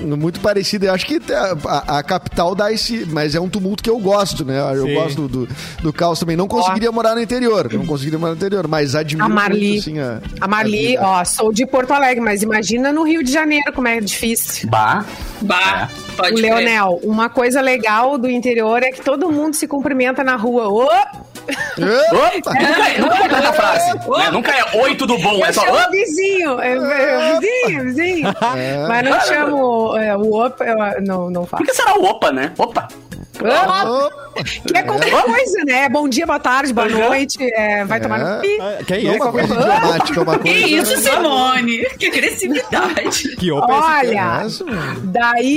D: Muito parecido. Eu acho que a, a- a capital dá esse. Mas é um tumulto que eu gosto, né? Eu
A: Sim.
D: gosto do, do, do caos também. Não conseguiria morar no interior. Não conseguiria morar no interior, mas admiro
E: A Marli.
D: muito, assim, a,
E: A Marli,
D: vida.
E: ó, sou de Porto Alegre, mas imagina no Rio de Janeiro como é difícil.
B: Bah.
C: Bah, pode
E: É. O
C: crer.
E: Leonel, uma coisa legal do interior é que todo mundo se cumprimenta na rua. Ô!
D: Hã?
B: Oi? Nunca é, nunca é tanta frase. né? Nunca é oi, tudo bom. É
E: Eu
B: só.
E: chamo
B: "Hã?"
E: vizinho, é, é, vizinho, vizinho.
D: É.
E: Mas não chamo é, o opa, eu não, não falo.
B: Por que será o opa, né? Opa.
E: Opa,
D: Opa!
E: Que é qualquer coisa, né? Bom dia, boa tarde, boa
B: Aham.
E: noite, é, vai tomar no pi.
A: Ah, Quem
D: Não é
A: é?
D: uma
A: Qual-
D: coisa idiomática, é uma
C: Que
D: coisa.
C: isso, Simone? Que agressividade.
A: Que opa é esse?
E: Olha,
D: Nossa, mano.
E: daí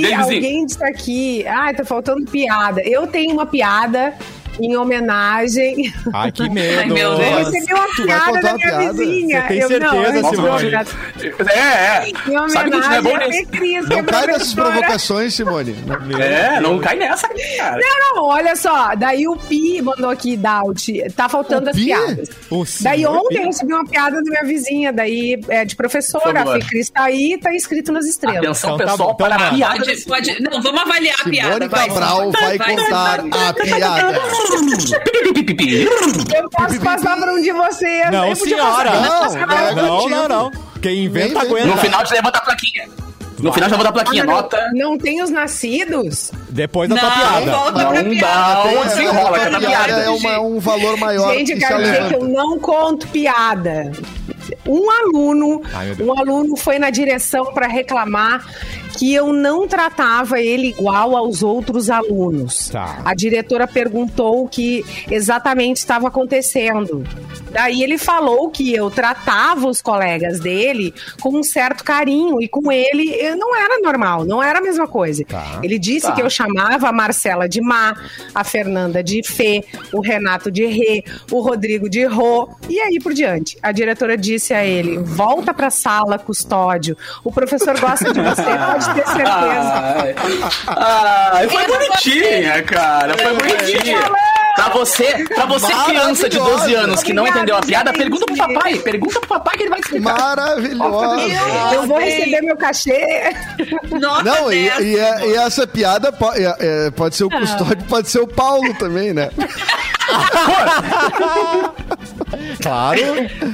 B: Vem, vizinho.
E: alguém disse aqui, ai, tá faltando piada. Eu tenho uma piada em homenagem.
A: Ai, que medo.
C: Ai, meu
E: Eu
C: Deus.
E: recebi uma
D: Tu vai
E: piada
D: contar
E: da
D: uma
E: minha
D: piada?
E: vizinha.
A: Você tem
E: eu
A: certeza,
E: não, eu não,
A: Simone?
B: É,
E: Em
B: é. Sabe que a gente não é bom
E: homenagem à
B: nisso.
E: Beatriz, que é
D: Não cai nessas
E: professora.
D: provocações, Simone.
A: Meu
B: É, não
A: Deus.
B: cai nessa, cara.
E: Não, não, olha só. Daí o Pi mandou aqui, Daut, tá faltando
D: O
E: as
D: Pi?
E: piadas.
A: O
E: Daí é
A: senhor
E: ontem
A: Pi?
E: eu recebi uma piada da minha vizinha, daí é de
B: Por
E: professora, a
B: favor.
E: Fê Cris tá aí, tá escrito nas estrelas.
B: Atenção,
A: Então tá
B: pessoal,
A: bom, então
B: para a
A: manda.
B: piada.
C: Pode, pode. Não, vamos avaliar a piada.
D: Simone
C: vai.
D: Cabral vai contar a piada.
E: Eu posso passar por um de vocês.
A: Não,
E: eu podia
A: senhora.
E: passar- um
D: Não,
E: passar-
D: não,
E: passar-
A: Não, não, não. Quem inventa,
D: Nem
A: aguenta.
B: No final, te levanta a plaquinha. No final, já vou dar a plaquinha.
E: não,
B: Nota.
E: Não tem os nascidos?
A: Depois da
C: Não,
A: tua piada.
C: volta pra
B: Não
C: piada.
B: dá,
D: Tem-
B: ou desenrola,
D: a
B: cara.
C: piada,
B: Piada.
D: é uma- um valor maior.
E: Gente, eu
D: que se
E: quero dizer que
D: alevanta.
E: eu não conto piada. Um aluno,
A: Ai, meu Deus.
E: um aluno foi na direção para reclamar que eu não tratava ele igual aos outros alunos.
A: Tá.
E: A diretora perguntou o que exatamente estava acontecendo. Daí ele falou que eu tratava os colegas dele com um certo carinho e com ele eh, não era normal, não era a mesma coisa.
A: Tá.
E: Ele disse
B: Tá.
E: que eu chamava a Marcela de Má, a Fernanda de Fê, o Renato de Rê, o Rodrigo de Rô, e aí por diante. A diretora disse a ele: volta pra sala, custódio. O professor gosta de você, pode ter certeza.
B: Ah, ah, foi bonitinha, cara. Foi bonitinha. Pra você, pra você criança de 12 anos que não entendeu a piada, pergunta pro papai. Pergunta pro papai que ele vai te explicar.
D: Maravilhosa.
E: Eu vou receber meu cachê.
C: Nota
D: Não, e,
C: 10.
D: e é- e essa piada po- é- é, pode ser
E: Ah.
D: o custódio, pode ser o Paulo também, né?
A: Claro.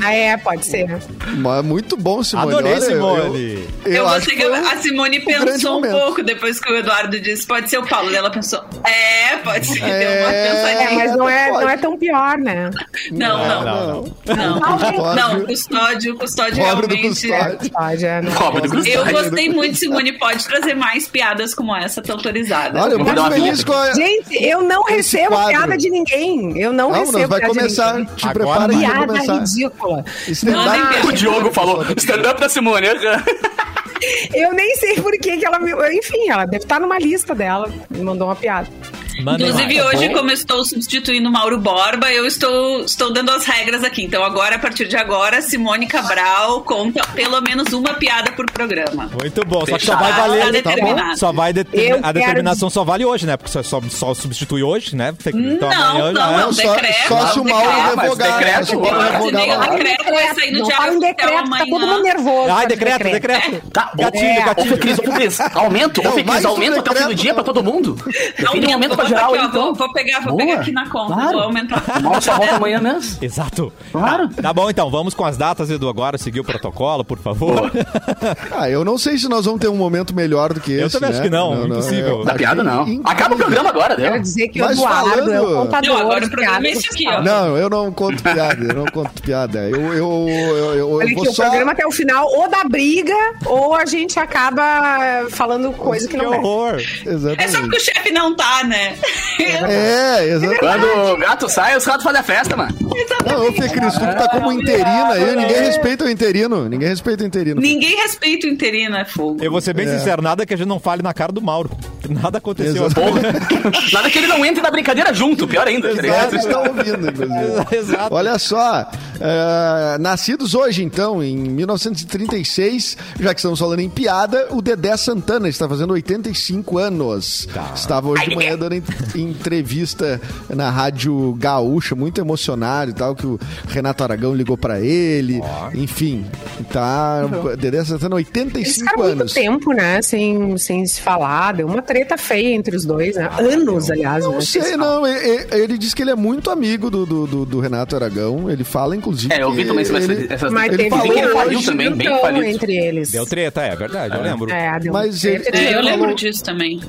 E: Ah, é, pode ser.
D: Mas é muito bom, Simone.
A: Adorei,
D: Olha, eu-
A: Simone.
D: Eu,
C: Eu,
D: acho
C: gostei
D: que
C: que
D: foi um-
C: a Simone
D: grande
C: pensou um
D: momento.
C: pouco depois que o Eduardo disse, pode ser o Paulo. E ela pensou, é, pode ser.
D: É.
C: Deu uma
E: É,
C: pensadinha.
E: mas não é, não é tão pior, né?
C: Não, não, não.
A: não.
D: Custódio.
C: Não, custódio, custódio
D: Pobre do
C: realmente...
D: custódio.
E: Pode, é, não.
B: Cobra do
C: Eu
B: Cruzeiro.
C: gostei muito, Simone. Pode trazer mais piadas como essa, tá autorizada.
D: Olha, eu
B: Vou dar
D: muito
B: uma
D: feliz com a...
E: Gente, eu não
D: Esse
E: recebo
D: quadro.
E: piada de ninguém. Eu não,
D: Não,
E: recebo
D: não, vai
E: piada de
D: começar.
E: ninguém.
D: Te
A: Agora
D: prepara que vai
E: Piada
D: começar. é
E: ridícula.
D: Stand-up.
C: Não, nem
B: O Diogo falou, stand-up da Simone.
E: Eu nem sei por que que ela me. Enfim, ela deve estar numa lista dela. Me mandou uma piada.
A: Mandem
C: Inclusive,
A: mais, tá
C: hoje,
A: bom?
C: como eu estou substituindo Mauro Borba, eu estou, estou dando as regras aqui. Então, agora, a partir de agora, Simone Cabral conta pelo menos uma piada por programa.
A: Muito bom, só que só
C: Fechado.
A: vai valer.
C: Tá determinado.
A: Só vai de-
E: Eu
A: a
E: quero-
A: determinação só vale hoje, né? Porque só, só, só substitui hoje, né? Tem- então
C: não, não,
A: amanhã já é.
C: não,
D: só-
C: decreto.
D: só se o Mauro
C: decreto,
B: mas
D: revogar,
B: decreto,
D: se o
C: Mauro revogar lá.
E: Fala em
C: decreto vai sair no
E: não
C: Diário
E: fala em
C: Oficial
E: decreto, tá todo
C: amanhã.
E: mundo nervoso.
A: Ai,
E: fora do
A: decreto, decreto.
D: É,
B: Tá,
A: Gatilho,
B: ô,
A: gatilho.
B: ô, Fê Cris, ô, Fê Cris, aumento, ô,
D: Não,
B: Fê Cris,
D: mais um
B: aumento até o fim do
D: decreto,
B: dia pra todo mundo? Define um aumento pra
C: vou
B: geral,
C: aqui, ó,
B: então.
C: vou, vou pegar,
B: Boa,
C: vou pegar aqui na conta,
B: claro.
C: vou aumentar.
B: Mal só volta amanhã mesmo.
A: Exato.
B: Claro.
A: Tá, tá bom, então, vamos com as datas, Edu, agora, seguir o protocolo, por favor.
D: Ah, eu não sei se nós vamos ter um momento melhor do que esse.
A: Eu também
D: né?
A: acho que não, impossível.
D: eu
B: Da piada, não.
D: Incrível.
B: Acaba o programa agora,
E: Eu
B: deu.
E: dizer que o
D: Mas
E: Eduardo é
D: falando-
E: o contador.
C: Não, agora o
E: de
C: programa é
E: piadas
C: esse aqui,
E: oficial.
C: ó.
D: Não, eu não conto piada, eu não conto piada. Eu, eu, eu, eu, eu
E: Olha
D: vou
C: um
E: aqui, o
D: só...
E: programa até o final ou dá briga ou a gente acaba falando coisa que
A: que
E: não deve.
A: horror.
C: É só porque
D: Exatamente.
C: o chefe não tá, né?
D: É, exatamente.
B: Quando o gato sai, os ratos fazem a festa, mano.
D: Não, ô Fê Cris, tu que tá como interino aí, ninguém respeita o interino. Ninguém respeita o interino.
C: Ninguém respeita o interino, é fogo.
A: Eu vou ser bem sincero, nada que a gente não fale na cara do Mauro. Nada aconteceu.
D: Exato.
B: Porra. Nada que ele não entre na brincadeira junto, pior ainda, tá ligado?
D: Eles estão ouvindo, inclusive.
A: Exato.
D: Olha só, é, nascidos hoje, então, em 1936, já que estamos falando em piada, o Dedé Santana está fazendo 85 anos.
B: Tá.
D: Estava hoje de manhã dando en- entrevista na Rádio Gaúcha, muito emocionado e tal, que o Renato Aragão ligou pra ele. Enfim, tá. Dedé Santana,
E: Eles
D: 85
E: ficaram muito
D: anos.
E: tempo, né? Sem, sem se falar. Deu uma treta feia entre os dois, né? Anos, aliás. né,
D: Não
E: sem se
D: sei,
E: falar.
D: não. e- e- Ele, diz que ele é muito amigo do, do- do- do Renato Aragão. Ele fala, inclusive.
B: É, eu vi
D: que
B: também essas
D: ele-
B: essas-
E: Mas
D: Ele
E: teve
D: falou
B: Dizem que ele
E: um
B: faliu
E: hoje
B: também, bem
E: então
B: falido.
E: entre eles.
A: Deu treta, é verdade, eu lembro.
E: É, deu
D: Mas
E: treta.
D: ele-
C: É, eu lembro
D: Falou.
C: disso também.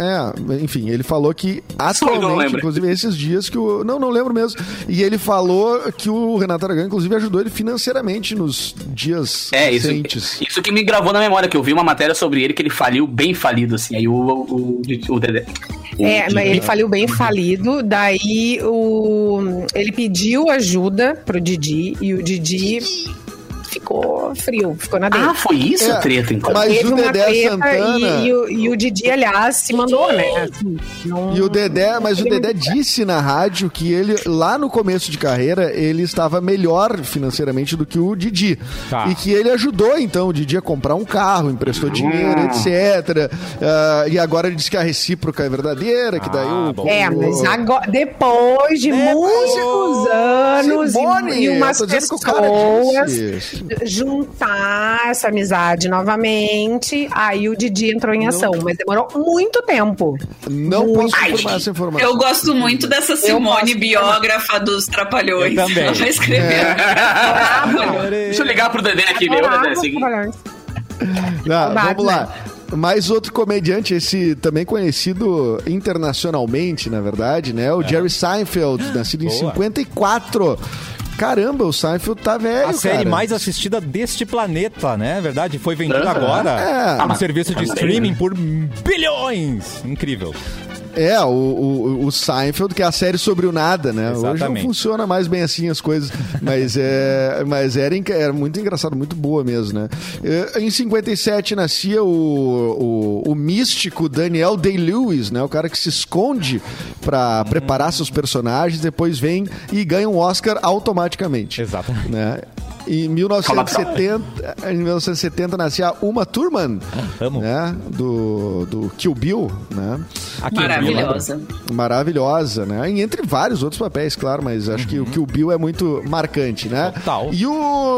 D: É, enfim, ele falou que
B: Só não
D: atualmente,
B: lembra.
D: inclusive esses dias que o. Não, não lembro mesmo. E ele falou que o Renato Aragão, inclusive, ajudou ele financeiramente nos dias
B: É, isso,
D: recentes.
B: isso que me gravou na memória, que eu vi uma matéria sobre ele que ele faliu bem falido, assim. Aí o, o, o, o Dedé. o-
E: É, mas ele faliu bem falido. Daí o, ele pediu ajuda pro Didi e o Didi ficou frio, ficou na dele.
B: Ah, foi isso a treta, então.
D: é. mas
E: Teve
D: o
E: uma
D: Dedé
E: treta
D: Santana-
E: E, e o, e o Didi, aliás, se mandou, né? Assim, não-
D: E o Dedé, mas o
E: Ele-
D: Dedé disse na rádio que ele, lá no começo de carreira, ele estava melhor financeiramente do que o Didi.
A: Tá.
D: E que ele ajudou, então, o Didi a comprar um carro, emprestou
B: Hum.
D: dinheiro, etc. Ah, e agora ele diz que a recíproca é verdadeira, que daí
A: Ah,
D: o.
A: bom.
E: É,
D: o-
E: mas agora, depois de muitos anos
D: Simone,
E: e, e umas
D: eu tô dizendo que o
E: é
D: cara é
E: pessoas
D: disse.
E: juntar essa amizade novamente, aí o Didi entrou em ação, mas demorou muito tempo.
D: Não posso confirmar essa
C: Eu
D: informação.
C: gosto muito dessa Simone,
E: posso-
C: biógrafa dos Trapalhões.
A: Eu também.
C: Ela vai escrever.
B: Deixa eu ligar pro Dedé aqui, meu.
E: Adorava
B: Dedé, seguinte.
E: trabalhar.
D: Ah,
E: Saudades,
D: vamos lá.
C: né?
D: Mais outro comediante, esse também conhecido internacionalmente, na verdade, né? O Jerry Seinfeld, nascido em
A: É. Boa.
D: 54. Caramba, o Seinfeld tá velho,
A: A série
D: cara.
A: mais assistida deste planeta, né? Verdade, foi vendida
B: Aham.
A: agora
D: É.
A: no serviço de
B: Também,
A: streaming por bilhões. Incrível.
D: É, o, o, o Seinfeld, que é a série sobre o nada, né? Hoje não
A: Exatamente.
D: funciona mais bem assim as coisas, mas, é, mas era, enca- era muito engraçado, muito boa mesmo, né? É, Em 57 nascia o, o, o místico Daniel Day-Lewis, né? O cara que se esconde pra preparar seus personagens, depois vem e ganha um Oscar automaticamente.
A: Exatamente.
D: Né? Em 1970, em 1970 nascia a Uma Thurman,
A: Amo.
D: né? Do, do Kill Bill, né?
A: Aqui,
C: Maravilhosa.
D: maravilhosa, né? E entre vários outros papéis, claro, mas acho que o que o Bill é muito marcante, né?
A: Uhum. Total.
D: E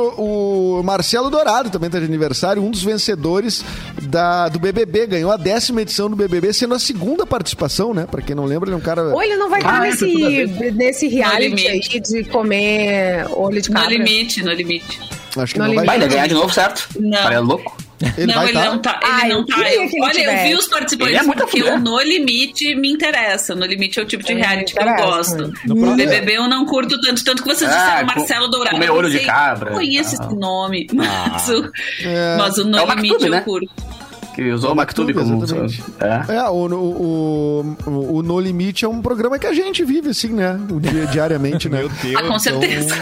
D: o, o Marcelo Dourado também tá de aniversário, um dos vencedores da, do BBB, ganhou a décima edição do BBB, sendo a segunda participação, né? Pra quem não lembra, ele é um cara...
E: Ou ele não vai estar
B: Ah, essa toda
E: nesse, nesse reality
C: limite.
E: aí de comer olho de
C: No
E: cabra.
C: limite, no limite.
D: Acho que
E: não,
D: não,
E: ele
B: Vai,
D: vai...
B: ele vai ganhar de novo, certo?
C: Não.
B: Cara, é louco.
D: Ele
C: não,
D: vai
C: ele
D: tá?
C: não tá. Ele
E: Ah, eu
C: não tá.
E: queria
C: Eu-
E: que ele
C: olha, eu
E: tivesse.
C: vi os participantes
B: Ele é muito
C: porque
B: fera.
C: o No Limite me interessa. No Limite é o tipo de
E: É,
C: reality que eu
E: interessa,
C: gosto.
E: né?
A: No
C: No
A: próximo-
C: BBB eu não curto tanto, tanto que vocês
B: Ah,
C: disseram
B: com-
C: Marcelo Dourado.
B: comer
C: eu
B: olho de
C: sei,
B: cabra.
C: Eu conheço
B: Ah.
D: Ah.
C: esse nome, mas, o, mas o No
B: É o
C: Limite
B: Maktub,
C: eu
B: né?
C: curto.
B: Que usou o MacTube como...
D: exatamente.
B: É.
D: É, o, o, o, o No Limite é um programa que a gente vive, assim, né? O dia- diariamente, né?
A: Meu
C: Ah, com
A: Deus.
C: certeza.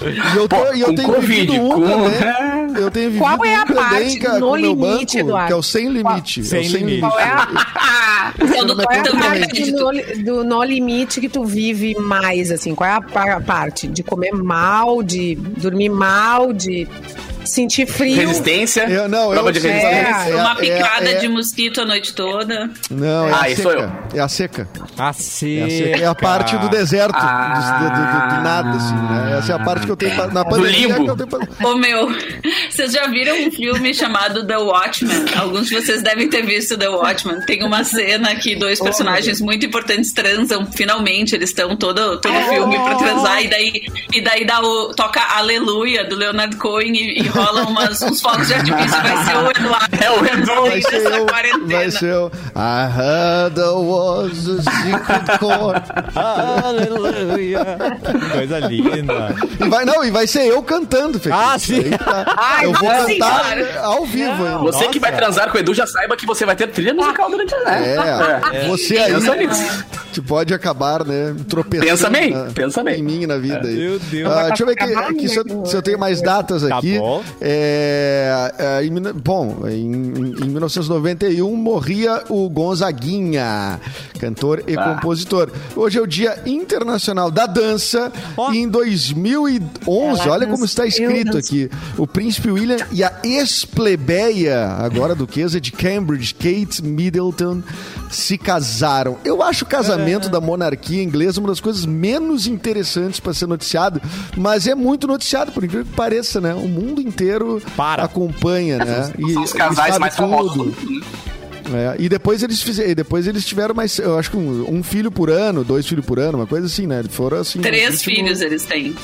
D: E eu, tô- e eu
B: com
D: tenho
B: Covid,
D: vivido um
B: com- né?
D: também. Eu tenho vivido
E: Qual é a
D: um também,
E: parte
D: cara,
E: do
D: com o meu
E: limite,
D: banco,
E: Eduardo?
D: que é o sem limite. É o
A: Sem limite.
E: Qual é a,
D: um
C: Eu do
E: qual é a
C: cartão de
E: parte do
C: crédito.
E: no, do no limite que tu vive mais, assim? Qual é a, pa- a parte? De comer mal, de dormir mal, de sentir frio?
B: Resistência.
D: Eu, É, não,
B: prova
D: eu
B: de
D: sei,
B: resistência.
D: é,
C: Uma picada
D: é-
C: de mosquito a noite toda.
D: Não, é
B: Ah,
D: a
B: isso
D: seca.
B: eu.
D: É a seca.
A: A
D: É a,
A: seca.
D: seca. É a parte do deserto.
B: Ah.
D: do, do- do- do nada, assim, né? Essa é a parte que eu tenho pa- na pandemia.
B: limbo.
D: que eu tenho pa-
C: Ô meu, vocês já viram um filme chamado The Watchmen? Alguns de vocês devem ter visto The Watchmen. Tem uma cena que dois personagens muito importantes transam, finalmente, eles estão todo, todo o filme pra transar, e daí, e daí dá o, toca Aleluia do Leonard Cohen e, e rola umas, uns fogos de artifício. Vai ser o Eduardo.
B: É o Edu.
D: Vai ser
C: Essa
D: eu,
C: quarentena.
D: vai ser eu. I heard there was a secret chord.
A: Aleluia. Coisa linda.
D: E vai, não, e vai ser eu cantando, Fê.
A: Ah, sim.
D: Aí tá.
E: Ai,
D: eu vou
E: não,
D: cantar
C: senhora.
D: ao vivo. ainda.
B: Você que vai
A: Nossa.
B: transar com o Edu já saiba que você vai ter trilha musical durante a né?
D: É, você aí
B: Pensa nisso.
D: que pode acabar, né? Tropeçando
B: Pensa bem,
D: na-
B: pensa bem.
D: em mim e na vida. aí.
A: Meu Deus. né?
D: Ah, deixa eu ver aqui,
E: Acabar,
D: aqui se, eu,
E: menino.
D: se eu tenho mais datas
A: Tá
D: aqui.
A: bom.
D: É, é, em mil- bom, em, em- em 1991 morria o Gonzaguinha, cantor e
B: Ah.
D: compositor. Hoje é o Dia Internacional da Dança.
A: Ó.
D: E em 2011,
E: Ela
D: olha como está
E: dançou,
D: escrito
E: dançou.
D: aqui. O príncipe William e a ex-plebeia, agora duquesa de Cambridge, Kate Middleton, se casaram. Eu acho o casamento da monarquia inglesa uma das coisas menos interessantes para ser noticiado, mas é muito noticiado, por incrível que pareça, né? O mundo inteiro
A: Para.
D: acompanha, né? E,
B: É, São os
D: e
B: casais
D: sabe
B: mais
D: tudo.
B: famosos.
D: É, e depois eles fizeram, e depois eles tiveram mais, eu acho que um, um filho por ano, dois filhos por ano, uma coisa assim, né? Foram assim.
C: Três
D: no ritmo-
C: filhos eles têm.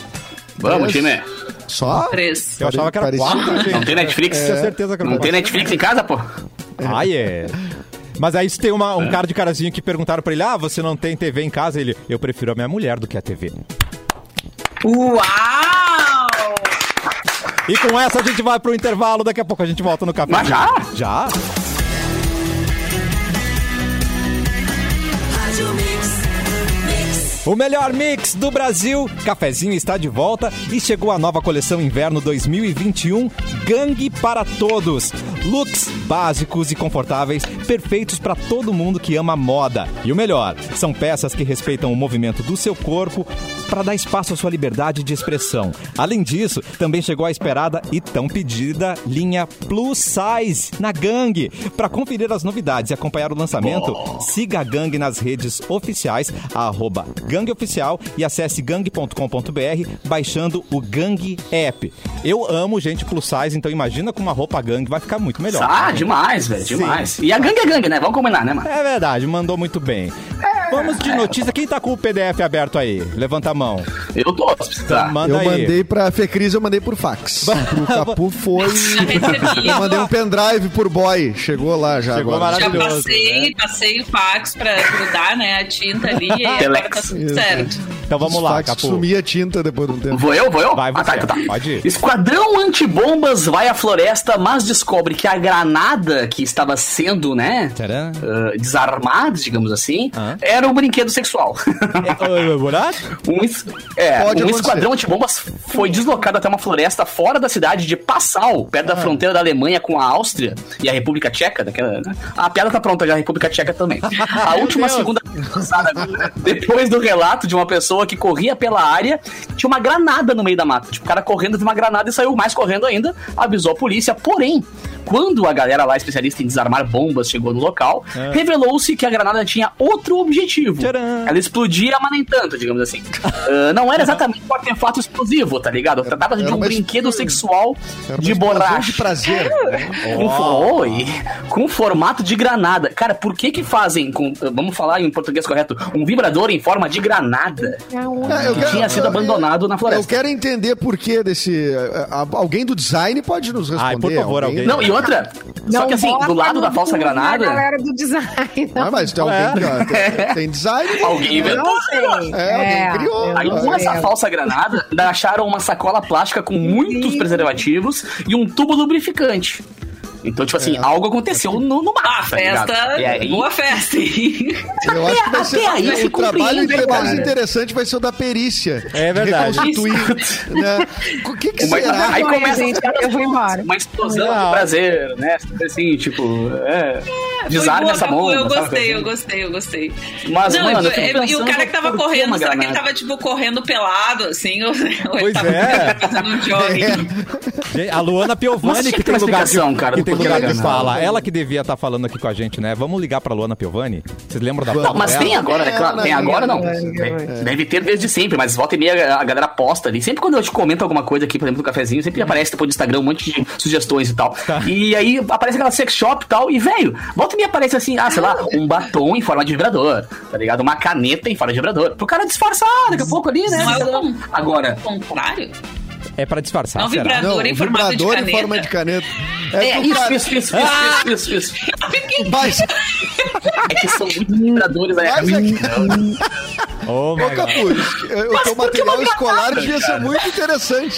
B: Vamos, time.
D: Só?
C: Três.
A: Eu achava que era
D: Parecido.
A: quatro. gente.
B: Não tem Netflix?
A: Eu Tinha certeza que era
B: Não tem
A: quatro.
B: Netflix em casa, pô?
A: Ah, é. Mas aí tem uma- um cara de carazinho que perguntaram pra ele: Ah, você não tem TV em casa? Ele, eu prefiro a minha mulher do que a TV.
C: Uau!
A: E com essa a gente vai pro intervalo, daqui a pouco a gente volta no café.
B: Mas já?
A: Já? O melhor mix do Brasil, Cafezinho está de volta e chegou a nova coleção Inverno 2021, Gangue para Todos. Looks básicos e confortáveis, perfeitos para todo mundo que ama moda. E o melhor, são peças que respeitam o movimento do seu corpo para dar espaço à sua liberdade de expressão. Além disso, também chegou a esperada e tão pedida linha Plus Size na Gangue. Para conferir as novidades e acompanhar o lançamento, siga a Gangue nas redes oficiais, arroba Gangue Oficial e acesse gangue.com.br baixando o Gangue App. Eu amo gente plus size, então imagina com uma roupa Gangue, vai ficar muito melhor.
B: Ah, demais, velho, demais. E a gangue é gangue, né? Vamos combinar, né, mano?
A: É verdade, mandou muito bem. Vamos de notícia. Quem tá com o PDF aberto aí? Levanta a mão.
B: Eu tô. se precisar.
A: Manda
D: Eu
A: aí.
D: mandei pra Fecris, eu mandei por fax. Pro Capu foi.
C: Já recebi.
D: Eu mandei um pendrive por boy. Chegou lá já
A: Chegou
D: agora.
C: Já
A: maravilhoso,
D: né?
C: passei, passei o fax pra grudar, né, a tinta ali e agora tá
B: Telex.
C: tudo certo.
A: Então vamos
D: Os
A: lá,
D: fax
A: Capu.
D: Sumia a tinta depois de um tempo.
B: Vou eu, vou eu?
A: Vai você,
B: ah, tá, então tá.
A: pode ir.
B: Esquadrão antibombas vai à floresta, mas descobre que a granada que estava sendo, né,
A: Tcharam.
B: ah, desarmada, digamos assim,
A: Ah.
B: era um brinquedo sexual.
A: É, o buraco?
B: Um, es- é,
D: Pode
B: um
D: acontecer.
B: esquadrão antibombas foi deslocado até uma floresta fora da cidade de Passau, perto da fronteira da Alemanha com a Áustria e a República Tcheca. Daquela, né? A piada tá pronta já, a República Tcheca também. A última
A: Deus.
B: segunda passada, depois do relato de uma pessoa que corria pela área, tinha uma granada no meio da mata. Tipo, o cara correndo de uma granada e saiu mais correndo ainda, avisou a polícia. Porém, quando a galera lá, especialista em desarmar bombas, chegou no local, revelou-se que a granada tinha outro objetivo.
A: Tcharam.
B: Ela explodia, mas nem tanto, digamos assim. Ah, não era exatamente um artefato explosivo, tá ligado? Tratava de
D: era
B: um
D: uma
B: brinquedo
D: expl-
B: sexual
D: Era É, uma
B: de
D: explosão
B: borracha.
D: De prazer.
B: Com, fo- Oi. com formato de granada. Cara, por que que fazem, com- vamos falar em português correto, um vibrador em forma de granada?
E: um.
D: É, eu
B: Que tinha sido abandonado na floresta.
D: Eu quero entender por que desse. a- a- Alguém do design pode nos responder.
A: Ai, por favor, alguém.
B: Não, e outra, só que assim, do
E: bota
B: lado
E: no
B: da falsa
E: cu
B: granada,
E: A galera do design.
D: Ah, mas tem alguém que.
A: É.
D: ó, Tem, tem design.
B: alguém
E: Eu
B: inventou.
E: não sei.
D: É, alguém criou.
E: eu
B: Aí,
E: não
B: com essa
E: sei.
B: falsa granada, ainda acharam uma sacola plástica com muitos preservativos e um tubo lubrificante. Então, tipo
C: É.
B: assim, algo aconteceu no, no
C: Ah,
B: mar, tá ligado?
C: festa.
B: E aí-
C: Boa festa, hein?
D: Eu acho que vai
B: até
D: ser
B: aí
D: o
B: se
D: trabalho
B: compreende,
D: mais
B: cara.
D: interessante vai ser o da perícia.
F: É verdade.
D: Reconstituir, né? O que, que
B: Uma-
D: será?
B: Aí
E: Olha,
B: começa-
E: gente, eu vou embora.
B: Uma explosão
F: Não.
B: de prazer, né? Assim, tipo, é.
C: Foi
B: Desarme
C: boa,
B: essa
C: Babu,
B: bomba.
C: Eu
B: sabe?
C: gostei, eu gostei, eu gostei.
B: Mas,
C: não,
B: mano,
C: eu-
B: eu fico
C: eu- e o
B: pensando,
C: cara que tava
B: por que
C: correndo,
B: uma
C: será que ele
B: granada?
C: tava, tipo, correndo pelado, assim? Ou, ou ele
F: Pois
C: tava
F: é.
C: fazendo um jogging?
B: É.
A: Gente, A Luana
B: Mas
A: Piovani
B: tinha
A: que
B: que
A: tem
B: ter uma
A: lugar de,
B: explicação, cara,
A: que
B: do
A: tem
B: porquê
A: lugar
B: da
A: de
B: granada.
A: fala. Ela que devia estar falando aqui com a gente, né? Vamos ligar pra Luana Piovani? Vocês lembram da
D: Vamos.
A: foto
B: Não, mas
A: dela?
B: tem agora, né? Claro,
D: É,
B: tem
D: não,
B: agora
E: não,
B: não.
E: não,
B: Deve-
A: é.
E: não.
B: Deve ter desde sempre, mas volta e meia a galera posta ali. Sempre quando eu te comento alguma coisa aqui, por exemplo, do cafezinho, sempre aparece depois do Instagram um monte de sugestões e tal.
A: Tá.
B: E aí aparece aquela sex shop e tal, e velho, volta e meia aparece assim, ah, sei lá, um batom em forma de vibrador, tá ligado? Uma caneta em forma de vibrador. Pro cara disfarçar daqui a pouco ali, né?
C: Não é o con-
B: Agora,
C: o contrário?
A: É pra disfarçar,
C: Não,
A: será?
C: vibra-
D: Ah, Não,
C: Vibrador em formato de
D: vibrador em
C: caneta.
D: forma de caneta.
B: é,
D: que o
B: isso,
D: cara-
B: isso, isso, isso, isso, isso, isso.
C: tá
D: Mas,
B: É que são muitos vibradores né? aí.
D: mas é que-
A: Oh,
D: Ô,
A: my God.
D: Capu, eu- o teu material escolar devia ser muito interessante.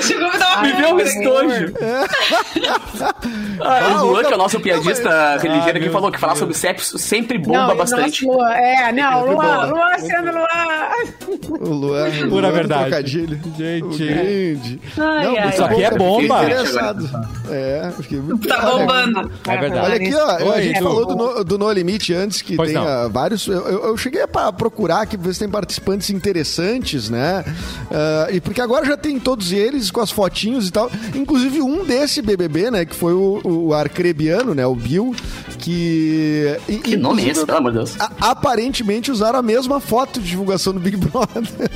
C: Chegou a me
D: Ah,
C: dar uma
B: Me deu um
C: vergonha.
B: estojo. Ah,
D: Ah,
B: o Luan,
D: ô,
B: que é o nosso piadista
A: Ah,
B: religioso que
A: meu
B: falou que falar sobre sexo sempre bomba
E: Não,
B: bastante.
E: nossa, Luan, é, não,
D: Muito
E: Luan,
D: bom.
E: Luan, sendo Luan.
D: O Luan, o
A: Pura
D: Luan do
A: verdade.
D: trocadilho.
A: Gente.
D: O grande.
C: Ai, ai,
D: muito
C: Isso
A: aqui
D: bom,
A: é
D: cara,
A: bomba.
D: fiquei Interessado. É, fiquei muito
C: Tá
D: Olha,
C: bombando.
A: É
B: Tá.
A: verdade.
D: Olha aqui, ó,
A: Oi,
D: a gente
A: Edu.
D: falou do no, do No Limite antes, que
A: Pois
D: tem
A: não.
D: ah, vários. Eu, eu- eu cheguei a procurar aqui, pra ver se tem participantes interessantes, né? Ah, e porque agora já tem todos eles com as fotinhos e tal. Inclusive um desse BBB, né? Que foi o, o Arcrebiano, né? O Bill, que. e-
B: Que nome é esse, pelo amor de Deus?
D: a- aparentemente usaram a mesma foto de divulgação do Big Brother.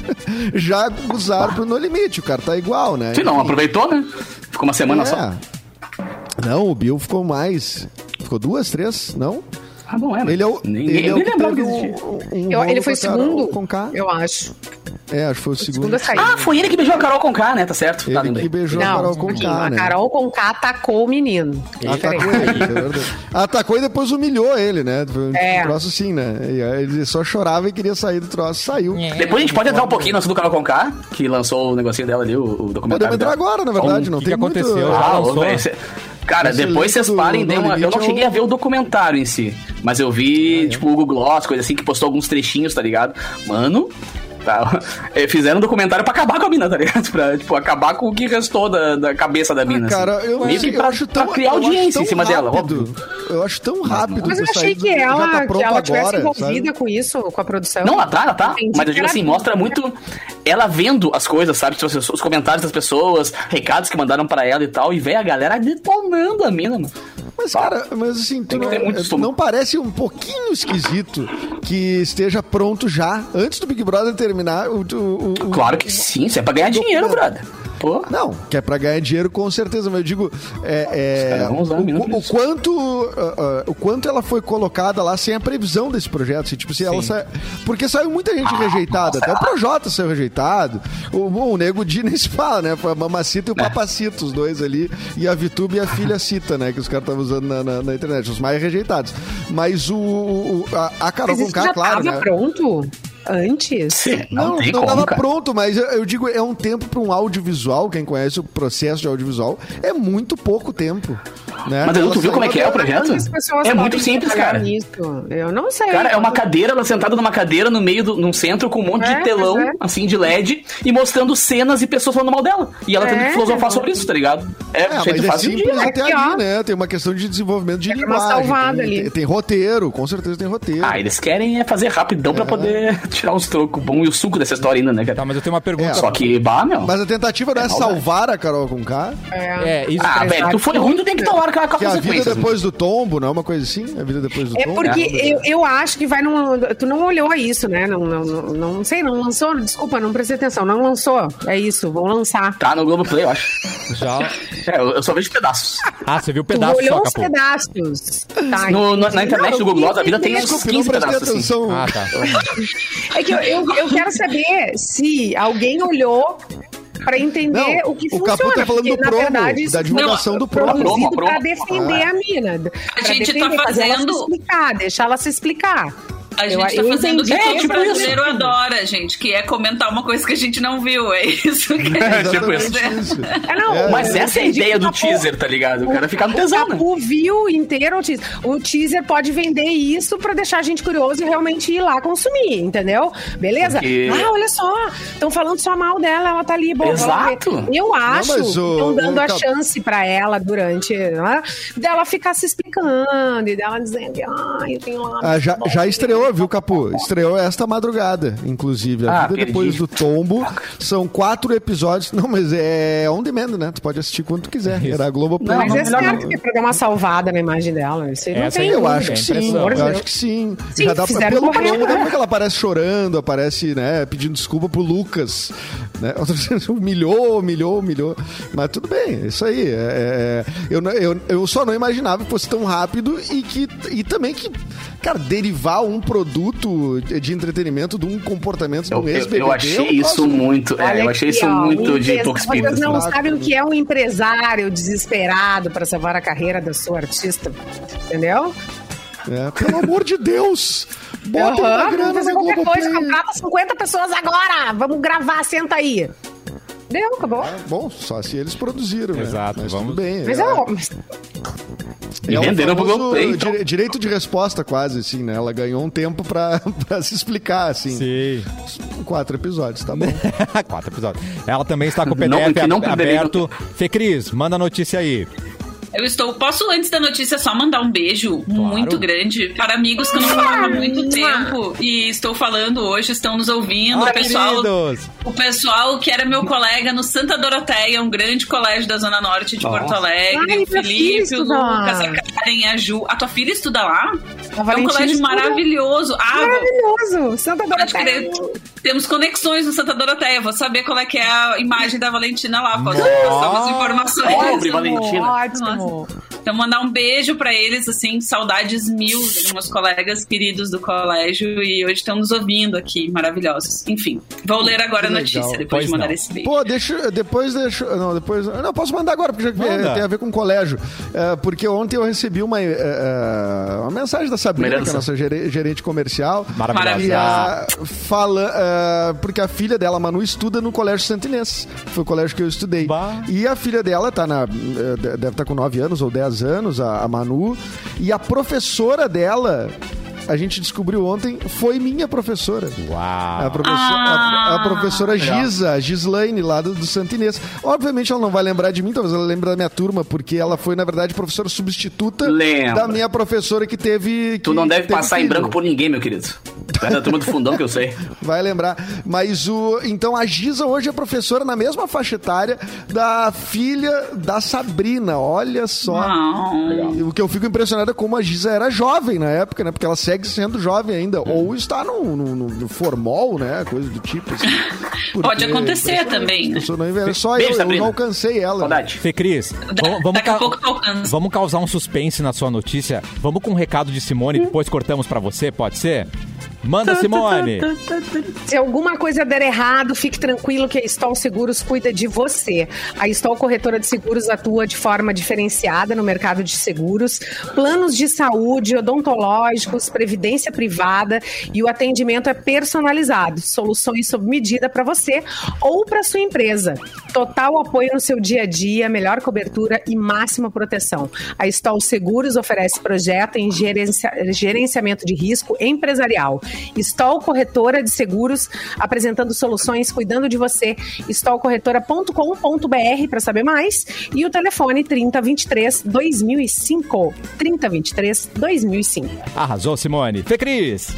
D: Já usaram pro No Limite, o cara tá igual, né?
B: Tu não aproveitou, né? Ficou uma semana
D: É.
B: só.
D: Não, o Bill ficou mais. Ficou duas, três? Não?
B: Ah, bom, é.
D: Ele é o.
B: Ninguém,
D: ele é o
B: nem
D: que
B: lembrava que
D: teve
B: existia.
D: um- um
E: Eu- ele
D: rolo
E: foi
D: com a Carol
E: segundo,
D: Conká.
E: eu acho.
D: É, acho que foi o segundo.
E: Segunda saída.
B: Ah, foi ele que beijou a Carol Conká, né? Tá certo? Tá,
D: Ele que
B: lembrei.
D: beijou a
E: Não,
D: Carol
E: a
D: Conká, né?
E: Carol Conká atacou o menino.
D: Atacou ele, é verdade. Atacou e depois humilhou ele, né? Foi um
E: É.
D: troço assim, né? E aí Ele só chorava e queria sair do troço, saiu.
E: É.
B: Depois a gente pode entrar um pouquinho no assunto do Carol Conká, que lançou o negocinho dela ali, o, o documentário.
D: Podemos entrar
B: dela.
D: agora, na verdade,
A: Bom,
D: não
A: o que
D: tem
A: que
D: muito...
A: aconteceu?
D: Ah,
B: Ah,
A: lançou.
B: ô, velho, cê- Cara,
D: Esse
B: depois
D: link
B: vocês
D: do-
B: parem,
D: do
B: dê uma... eu
D: Limite
B: não
D: é Ah, o-
B: cheguei a ver o documentário em si, mas eu vi, tipo, o Hugo Gloss, coisa assim, que postou alguns trechinhos, tá ligado? Mano, tá, eh, fizeram um documentário pra acabar com a mina, tá ligado? Pra, tipo, acabar com o que restou da, da cabeça da mina.
D: Ah, Cara,
B: assim.
D: eu, não
B: Meio
D: sei,
B: que
D: eu
B: pra,
D: acho tão...
B: pra criar
D: eu acho
B: audiência em
D: tão
B: cima dela, óbvio.
D: rápido. Eu acho tão rápido
E: Mas eu
D: ter
E: achei
D: saído
E: que
D: do- já
E: ela,
D: tá
E: que
D: pronto
E: ela tivesse
D: agora,
E: envolvida
D: sabe?
E: com isso, com a produção.
B: Não, ela tá, ela tá.
E: Entendi
B: Mas eu digo
E: que é
B: assim,
E: era-
B: mostra muito ela vendo as coisas, sabe? Tipo, assim, os os comentários das pessoas, recados que mandaram pra ela e tal, e vem a galera detonando a mina, mano.
D: Mas, cara, mas assim,
B: Tem
D: tu
B: É que
D: não,
B: ter muito
D: eh,
B: estômago.
D: não parece um pouquinho esquisito que esteja pronto já, antes do Big Brother terminar, o... o- o- o-
B: Claro que sim, isso é pra ganhar dinheiro, brother. Pô.
D: Não, que é pra ganhar dinheiro com certeza, mas eu digo é, é,
B: caras vão usar a mina
D: o,
B: pra
D: o
B: isso.
D: quanto ah, ah, o quanto ela foi colocada lá sem a previsão desse projeto, assim, tipo se ela sai- porque saiu muita gente rejeitada, até o Projota saiu rejeitado, o, o Nego Di nem se fala, né, foi a Mamacita e o Papacito, os dois ali, e a Vitube e a filha Cita, né, que os caras estavam usando na, na- na internet, os mais rejeitados, mas o, o- o- a, a Carol
E: Mas isso
D: Conká,
E: já
D: claro,
E: tava
D: né,
E: pronto antes.
B: Sim,
D: não, não,
B: tem
D: tava
B: cara.
D: pronto, mas eu, eu digo, é um tempo para um audiovisual, quem conhece o processo de audiovisual, é muito pouco tempo. Né?
B: Mas Edu,
D: Ela
B: tu viu
D: saiu
B: como é que é o
D: agora-
B: projeto?
E: Quantas pessoas
B: É
E: podem
B: muito simples,
E: trabalhar
B: cara.
E: nisso? Eu não sei.
B: Cara, é uma cadeira, ela sentada numa cadeira no meio de um centro com um monte
E: É,
B: de telão,
E: pois é.
B: assim, de LED, e mostrando cenas e pessoas falando mal dela. E ela tendo
E: É.
B: que filosofar sobre isso, tá ligado? É,
D: É,
B: jeito
D: mas é
B: fácil de
D: simples
E: dia,
D: até
E: aqui,
D: ali,
E: ó.
D: né? Tem uma questão de desenvolvimento de
E: É pra uma
D: linguagem.
E: salvada
D: tem,
E: ali.
D: Tem, tem roteiro, com certeza tem roteiro.
B: Ah, eles querem é fazer rapidão pra poder tirar uns trocos bom e o suco dessa história ainda, né, cara?
A: Tá, mas eu tenho uma pergunta.
D: É,
B: Só que, bah, meu. Ah,
D: Mas a tentativa não é, salvar a Carol com K,
E: É.
A: É, isso.
B: ah, velho, tu foi ruim, tu tem que tomar com a com né? a
D: que é a vida
B: consequência.
D: depois do tombo, não é uma coisa assim? A vida depois do
E: É
D: tombo.
E: porque eu, eu acho que vai num. Tu não olhou isso, né? Não, não, não, não sei, não lançou. Desculpa, não prestei atenção. Não lançou. É isso, vão lançar.
B: Tá no Globoplay, eu acho.
A: Já...
B: É, eu eu só vejo pedaços.
A: Ah, você viu o
E: Tu
A: pedaço
E: olhou
A: só,
E: os
A: Capu.
E: pedaços. Tá,
B: No- na, na
E: entendi.
B: internet
E: Não,
B: do Google Gloss, a vida tem uns
D: Desculpe, não
B: 15
D: prestei
B: pedaços, assim.
D: atenção.
A: Ah, tá.
E: É que eu, eu, eu quero saber se alguém olhou pra entender
D: Não,
E: o que
D: o
E: funciona.
D: Capu tá falando
E: porque,
D: do promo,
E: isso
D: da
E: foi
D: divulgação do promo.
E: produzido
B: Promo,
E: pra
B: promo.
E: defender a mina. pra
C: gente tá
E: fazer ela se
C: fazendo-
E: explicar, deixar ela se explicar.
C: A
E: Eu-
C: gente tá
E: eu
C: fazendo o que
E: entendi, é,
C: todo
E: tipo
C: brasileiro
E: isso.
C: adora, gente, que é comentar uma coisa que a gente não viu. É isso que
B: Ah,
C: a gente
D: Exatamente
B: tipo
C: tá fazendo.
D: tipo isso.
E: É, não,
D: É,
B: Mas
E: eu
B: essa é a
E: entendi
B: ideia
E: que
B: do
E: tá bom.
B: teaser, tá ligado? O cara fica no tesão, né?
E: O view inteiro, o teaser. O teaser pode vender isso pra deixar a gente curioso e realmente ir lá consumir, entendeu? Beleza?
B: Porque-
E: Ah, olha só, estão falando só mal dela, ela tá ali, bom, vamos
B: Exato.
E: ver. Eu acho
D: mas o-
E: que estão dando
D: o
E: a
D: Cap-
E: chance pra ela durante, né, dela ficar se explicando e dela dizendo, ah, eu tenho lá...
D: Ah, já, já estreou, viu, Capu? Estreou esta madrugada, inclusive. A
B: Ah,
D: vida
B: perdi.
D: depois do tombo. São quatro episódios. Não, mas é on demand, né? Tu pode assistir quando tu quiser. Era a Globo
B: Não,
E: Mas é
B: melhor
E: certo
B: não.
E: que é pra dar uma salvada na imagem dela. né? Isso aí não
A: Essa
E: tem
A: aí
D: Eu
E: dúvida.
D: acho que
A: É a
D: sim,
A: impressão.
D: eu acho que sim.
E: Sim,
D: Já dá pra,
E: fizeram
D: pelo
E: correto,
D: promo, dá
E: né?
D: pra que ela aparece chorando, aparece, né, pedindo desculpa pro Lucas, né? Humilhou, humilhou, humilhou. Mas tudo bem, é isso aí. É, é, eu, não- eu, eu só não imaginava que fosse tão rápido e que e também que, cara, derivar um produto de de entretenimento de um comportamento de
B: Eu,
D: um
B: eu-
D: ex-BBB.
B: eu achei
D: é um
B: isso
D: troço-
B: muito. é,
E: Olha
B: eu achei
E: aqui,
B: isso
E: ó,
B: muito
E: um
B: de
E: empresa-
B: Toxpitas.
E: Vocês não
D: Exato.
E: sabem o que é um empresário desesperado para salvar a carreira da sua artista. Entendeu?
D: É, pelo amor de Deus! Bota
E: Aham,
D: uma grana
E: vamos
D: na
E: fazer qualquer coisa,
D: Globoplay.
E: contrata 50 pessoas agora! Vamos gravar, senta aí. Deu, acabou.
D: Bom, só se eles produziram, né?
A: Exato,
D: Mas
A: vamos-
D: tudo bem.
E: Mas
D: é-
E: é mas
B: E
D: É o
B: venderam pro
D: famoso
B: Globoplay, então.
D: dire- direito de resposta, quase, assim, né? Ela ganhou um tempo pra, pra se explicar, assim.
A: Sim.
D: Quatro episódios, tá bom.
A: Quatro episódios. Ela também está com o
B: Não,
A: PDF
B: que não
A: ab-
B: perderia-
A: aberto. Fê Cris, manda a notícia aí.
C: Eu estou. Posso, antes da notícia, só mandar um beijo muito grande para amigos que eu não falava há muito tempo e estou falando hoje, estão nos ouvindo.
A: Ah,
C: o, pessoal,
A: queridos!
C: o pessoal que era meu colega no Santa Doroteia, um grande colégio da Zona Norte de
B: Nossa.
C: Porto Alegre.
E: Ai,
C: o
E: minha filha
C: Felipe, o
E: estuda lá.
C: Lucas, a Karen, a Ju. A tua filha estuda lá?
E: A
C: é um
E: Valentina
C: colégio
E: estuda.
C: maravilhoso. Ah, vou-
E: maravilhoso. Santa
C: Pode crer.
E: Doroteia.
C: Temos conexões no Santa Doroteia. Vou saber qual é que é a imagem da Valentina lá. Posso passar umas informações.
B: Pobre Valentina.
E: Ótimo.
C: Então, mandar um beijo pra eles, assim, saudades mil dos meus colegas queridos do colégio e hoje estão nos ouvindo aqui, maravilhosos. Enfim, vou ler agora a
D: Que
C: notícia
D: legal.
C: depois
A: Pois
C: de mandar
A: não.
C: esse beijo.
D: Pô, deixa. Depois deixa. Não, depois. Não, posso mandar agora, porque já que
A: Manda.
D: tem a ver com colégio. É, porque ontem eu recebi uma, é, é, uma mensagem da Sabrina,
B: Uma herança.
D: que é a nossa gere- gerente comercial. E
A: Maravilhosa.
C: Maravilhosa.
D: a, fala, ah, porque a filha dela, a Manu, estuda no Colégio Santinês. Foi o colégio que eu estudei.
A: Bah.
D: E a filha dela tá na, eh, de- deve estar com 9 anos ou 10 anos, a, a Manu. E a professora dela, a gente descobriu ontem, foi minha professora. A,
A: Uau.
D: professora-
C: Ah.
D: a- a professora Giza, a Gislaine, lá do, do Santinês. Obviamente ela não vai lembrar de mim, talvez ela lembre da minha turma, porque ela foi, na verdade, professora substituta
B: Lembra.
D: da minha professora que teve.
B: Tu
D: que
B: não deve
D: teve
B: passar em
D: filho.
B: branco por ninguém, meu querido. Tu é da turma do fundão que eu sei.
D: Vai lembrar. Mas o. Então a Giza hoje é professora na mesma faixa etária da filha da Sabrina. Olha só.
C: Ah. Não.
D: E O que eu fico impressionado é como a Giza era jovem na época, né? Porque ela segue sendo jovem ainda. Ou está no, no, no- no formol, né? Coisa do tipo. assim. Porque-
C: Pode acontecer também,
D: Eu
C: né?
D: sou não envelhece. Só
B: Beijo,
D: eu, eu
B: Sabrina.
D: não alcancei ela.
B: Saudade.
A: Fê Cris, vamos, vamos
C: daqui a
A: ca-
C: pouco tu alcança.
A: vamos causar um suspense na sua notícia. Vamos com um recado de Simone, depois cortamos pra você, pode ser? Manda, Simone!
E: Se alguma coisa der errado, fique tranquilo que a Stol Seguros cuida de você. A Stol Corretora de Seguros atua de forma diferenciada no mercado de seguros, planos de saúde, odontológicos, previdência privada e o atendimento é personalizado, soluções sob medida para você ou para sua empresa. Total apoio no seu dia a dia, melhor cobertura e máxima proteção. A Stol Seguros oferece projeto em gerencia- gerenciamento de risco empresarial. Stol Corretora de Seguros apresentando soluções, cuidando de você. stolcorretora.com.br para saber mais e o telefone 3023 2005. 3023 2005.
A: Arrasou, Simone! Fê Cris!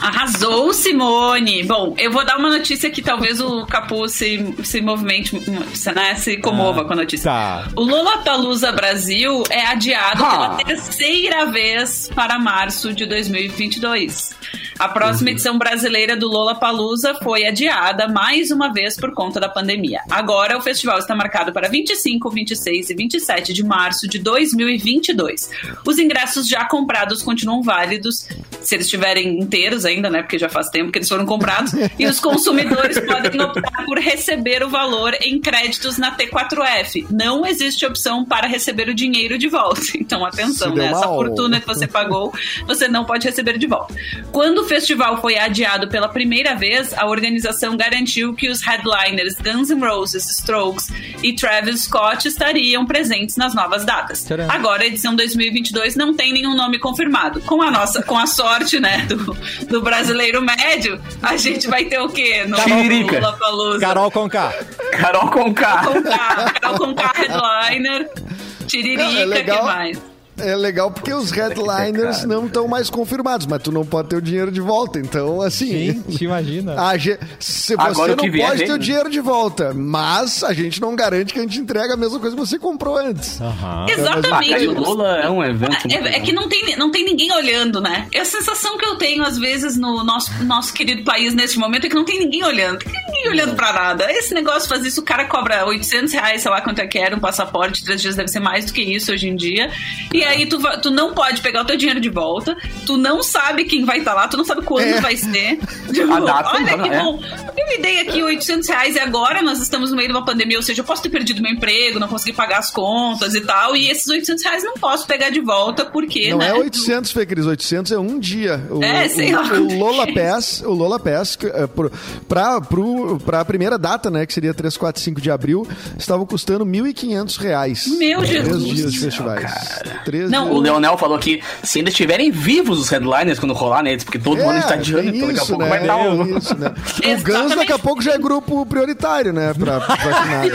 C: Arrasou, Simone! Bom, eu vou dar uma notícia que talvez o Capu se, se movimente, se, né, se comova
A: Ah,
C: com a notícia.
A: tá.
C: O Lollapalooza Brasil é adiado
B: Ah.
C: pela terceira vez para março de 2022. A próxima edição brasileira do Lollapalooza foi adiada mais uma vez por conta da pandemia. Agora o festival está marcado para 25, 26 e 27 de março de 2022. Os ingressos já comprados continuam válidos se eles estiverem inteiros, ainda, né? Porque já faz tempo que eles foram comprados. e os consumidores podem optar por receber o valor em créditos na T4F. Não existe opção para receber o dinheiro de volta. Então, atenção,
D: Se deu
C: né? Essa
D: mal.
C: fortuna que você pagou, você não pode receber de volta. Quando o festival foi adiado pela primeira vez, a organização garantiu que os headliners Guns N' Roses, Strokes e Travis Scott estariam presentes nas novas datas.
A: Tcharam.
C: Agora, a edição 2022 não tem nenhum nome confirmado. Com a nossa, com a sorte, né, do, do brasileiro médio, a gente vai ter o quê? No
B: Tiririca.
C: Lollapalooza?
A: Carol Conká.
B: Carol Conká.
C: Conká, Carol Conká, headliner,
D: Não, é
C: Tiririca, que
D: legal.
C: mais?
D: É legal porque os headliners não estão mais confirmados, mas tu não pode ter o dinheiro de volta. Então, assim.
A: Gente, imagina.
D: a ge- se
B: Agora
D: você
B: o que
D: não
B: vier,
D: pode ter
B: vem,
D: o
B: né?
D: dinheiro de volta, mas a gente não garante que a gente entrega a mesma coisa que você comprou antes.
A: Aham.
B: A cara
C: Exatamente.
B: de
C: Augusto.
B: Lula é um evento. muito
C: É, é
B: bom.
C: que não tem, não tem ninguém olhando, né? É a sensação que eu tenho, às vezes, no nosso, nosso querido país neste momento, é que não tem ninguém olhando. Não tem ninguém olhando pra nada. Esse negócio faz isso, o cara cobra 800 reais, sei lá quanto é que era, um passaporte, três dias deve ser mais do que isso hoje em dia. E aí tu, va- tu não pode pegar o teu dinheiro de volta, tu não sabe quem vai estar lá, tu não sabe quando
D: É.
C: vai ser. Tipo,
B: A data,
C: olha
B: não,
C: que
B: é.
C: bom. Eu me dei aqui 800 reais e agora nós estamos no meio de uma pandemia, ou seja, eu posso ter perdido meu emprego, não consegui pagar as contas e tal, e esses 800 reais não posso pegar de volta porque,
D: Não
C: né?
D: é 800, Fê Cris, 800 é um dia. O,
C: É, sei lá.
D: o, o Lola Pass, o Lola Pass, que, é, pro- pra, pro, pra primeira data, né, que seria 3, 4, 5 de abril, estava custando 1.500 reais.
C: Meu
D: Três
C: Jesus
D: dias de
C: do
D: festivais. Três
C: Não,
D: dias.
B: O Leonel falou que se ainda estiverem vivos os headliners quando rolar, né? Porque todo mundo está adiando,
D: É, tem
B: então daqui a
D: isso,
B: pouco
D: né?
B: vai dar um.
D: Tem isso, né? O Guns
C: Exatamente.
D: daqui a pouco já é grupo prioritário, né? Pra vacinar. né?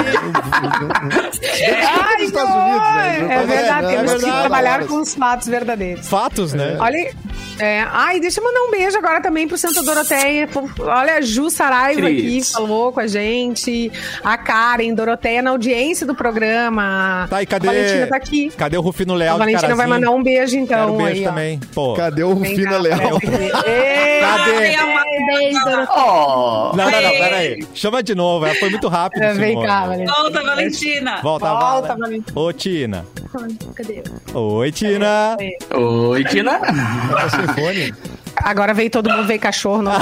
E: Ai,
D: Nos Estados
E: que
D: Unidos, né?
E: horror!
D: Já tá
E: É
D: vacinado,
E: verdade, temos
D: é
E: que
D: verdade.
E: trabalhar com os fatos verdadeiros.
A: Fatos, né?
E: Olha. É, ai, deixa eu mandar um beijo agora também pro Santa Doroteia. Pro- Olha, a Ju Saraiva
B: Cris.
E: aqui falou com a gente. A Karen, Doroteia na audiência do programa.
A: Tá, e cadê?
E: A Valentina tá aqui.
A: Cadê o Rufino Leal
E: A Valentina
A: de
E: vai mandar um beijo,
A: Quero
E: então.
A: um beijo
E: aí, ó.
A: também. Pô.
D: Cadê o
E: Vem
D: Rufina
E: cá,
D: Leal?
E: Ei,
C: Ah,
A: Cadê? Não,
B: Oh,
A: não, não,
C: Ei.
A: peraí. Chama de novo, ela foi muito rápido.
E: É, Vem
A: Simone.
E: cá, Valentina.
C: Volta, Valentina!
A: Volta,
E: Volta,
A: Val-
E: Valentina.
A: Ô, Tina. Oi, Tina.
B: oi, Tina.
E: Agora veio todo mundo, veio cachorro. Não.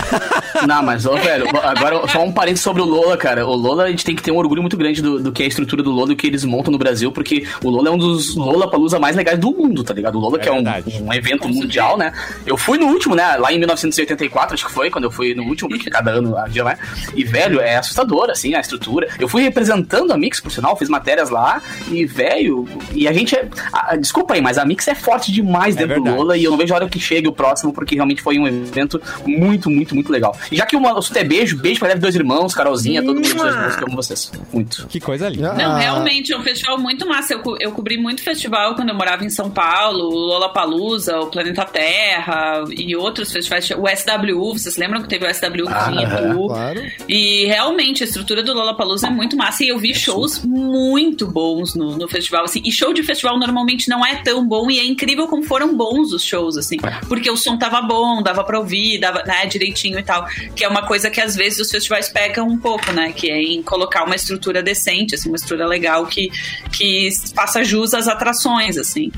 B: Não, mas, ô, velho, agora só um parênteses sobre o Lola, cara. O Lola, a gente tem que ter um orgulho muito grande do, do que é a estrutura do Lola e o que eles montam no Brasil, porque o Lola é um dos Lola Palusa mais legais do mundo, tá ligado? O Lola,
A: É
B: que é um,
A: verdade.
B: um evento mundial, né? Eu fui no último, né? Lá em 1984, acho que foi, quando eu fui no último, porque cada ano a gente vai. E, velho, é assustador, assim, a estrutura. Eu fui representando a Mix, por sinal, fiz matérias lá, e, velho, e a gente é. a- a- desculpa aí, mas a Mix é forte demais dentro do
A: verdade.
B: Lola e eu não vejo a hora que chegue o próximo, porque realmente foi um evento muito, muito, muito legal. E já que o assunto é beijo, beijo pra Leve Dois Irmãos, Carolzinha, todo mundo dos dois irmãos, que eu amo vocês. Muito.
A: Que coisa linda.
C: Não,
D: Ah.
C: realmente, é um festival muito massa. Eu, co- eu cobri muito festival quando eu morava em São Paulo, o Lollapalooza, o Planeta Terra e outros festivais. O SWU, vocês lembram que teve o SWU que tinha em Itu?
D: Ah, Claro.
C: E realmente a estrutura do Lollapalooza é muito massa e eu vi shows muito bons no, no festival assim. E show de festival normalmente não é tão bom e é incrível como foram bons os shows assim, porque o som tava bom, dava pra ouvir, dava, né, direitinho e tal, que é uma coisa que às vezes os festivais pecam um pouco, né, que é em colocar uma estrutura decente, assim, uma estrutura legal que que faça jus às atrações, assim.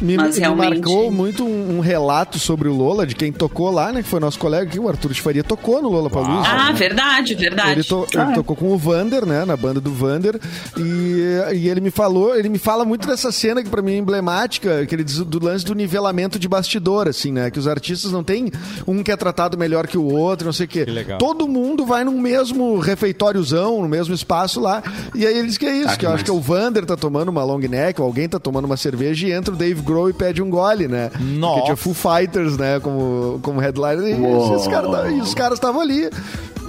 D: Me,
C: Mas
D: me
C: realmente- é.
D: marcou muito um, um relato sobre o Lola, de quem tocou lá, né? Que foi nosso colega aqui, o Arthur de Faria, tocou no Lola Palusa.
C: Ah, verdade, verdade.
D: Ele, to- ele tocou com o Vander, né? Na banda do Vander. E, e ele me falou, ele me fala muito dessa cena que pra mim é emblemática, que ele diz do lance do nivelamento de bastidor, assim, né? Que os artistas não tem um que é tratado melhor que o outro, não sei o quê.
A: legal.
D: Todo mundo vai no mesmo refeitóriozão, no mesmo espaço lá. E aí ele diz que é isso, que eu acho que o Vander tá tomando uma long neck, ou alguém tá tomando uma cerveja e entra o Dave Grohl e pede um gole, né?
A: Nossa.
D: Porque tinha Foo Fighters, né? Como, como headliner. E
B: Uou.
D: esses caras- E os caras estavam ali.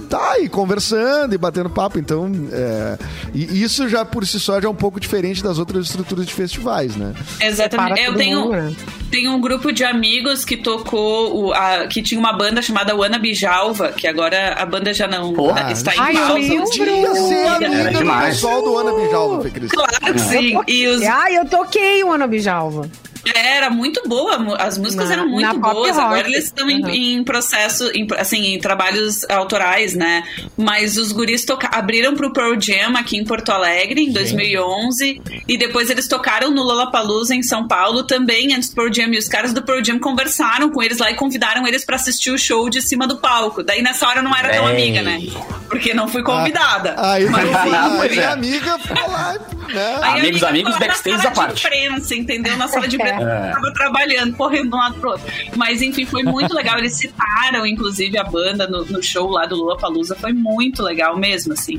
D: Tá, e conversando e batendo papo, então. é, e isso já por si só já é um pouco diferente das outras estruturas de festivais, né?
C: Exatamente.
E: Separa
C: Eu
E: todo
C: tenho,
E: mundo, né?
C: tenho um grupo de amigos que tocou, o- a- que tinha uma banda chamada Wana Bijalva, que agora a banda já não
B: Porra.
C: está em
E: Ai, eu
C: pausa.
E: lembro.
D: Podia ser
B: Era
D: amiga É do
B: demais.
D: pessoal do Ana Bijalva, Fê Cris.
C: Claro que sim. E os,
E: Ah, eu toquei o Ana Bijalva.
C: É, Era muito boa, mu- as músicas
E: Na-
C: eram
E: na
C: muito
E: pop
C: boas. Agora
E: rock.
C: eles estão em,
E: Uhum.
C: em processo, em, assim, em trabalhos autorais, né? Mas os guris toca abriram pro Pearl Jam aqui em Porto Alegre em 2011 e depois eles tocaram no Lollapalooza em São Paulo também antes do Pearl Jam e os caras do Pearl Jam conversaram com eles lá e convidaram eles pra assistir o show de cima do palco. Daí nessa hora eu não era tão
F: Bem.
C: amiga, né? Porque não fui convidada.
D: Aí
C: Mas,
D: eu fui,
B: Ah,
D: a
B: pois
D: minha
B: é.
D: amiga foi lá, né?
C: Aí a
B: Amigos,
C: amiga
B: amigos,
C: tava
B: backstage
C: na
B: à
C: sala
B: parte.
C: De imprensa, entendeu? Na sala de
E: É.
C: imprensa, tava trabalhando, correndo de um lado pro outro. Mas enfim, foi muito legal. Eles citaram, inclusive, a banda no, no show lá do Lua Palusa. Foi muito legal mesmo, assim.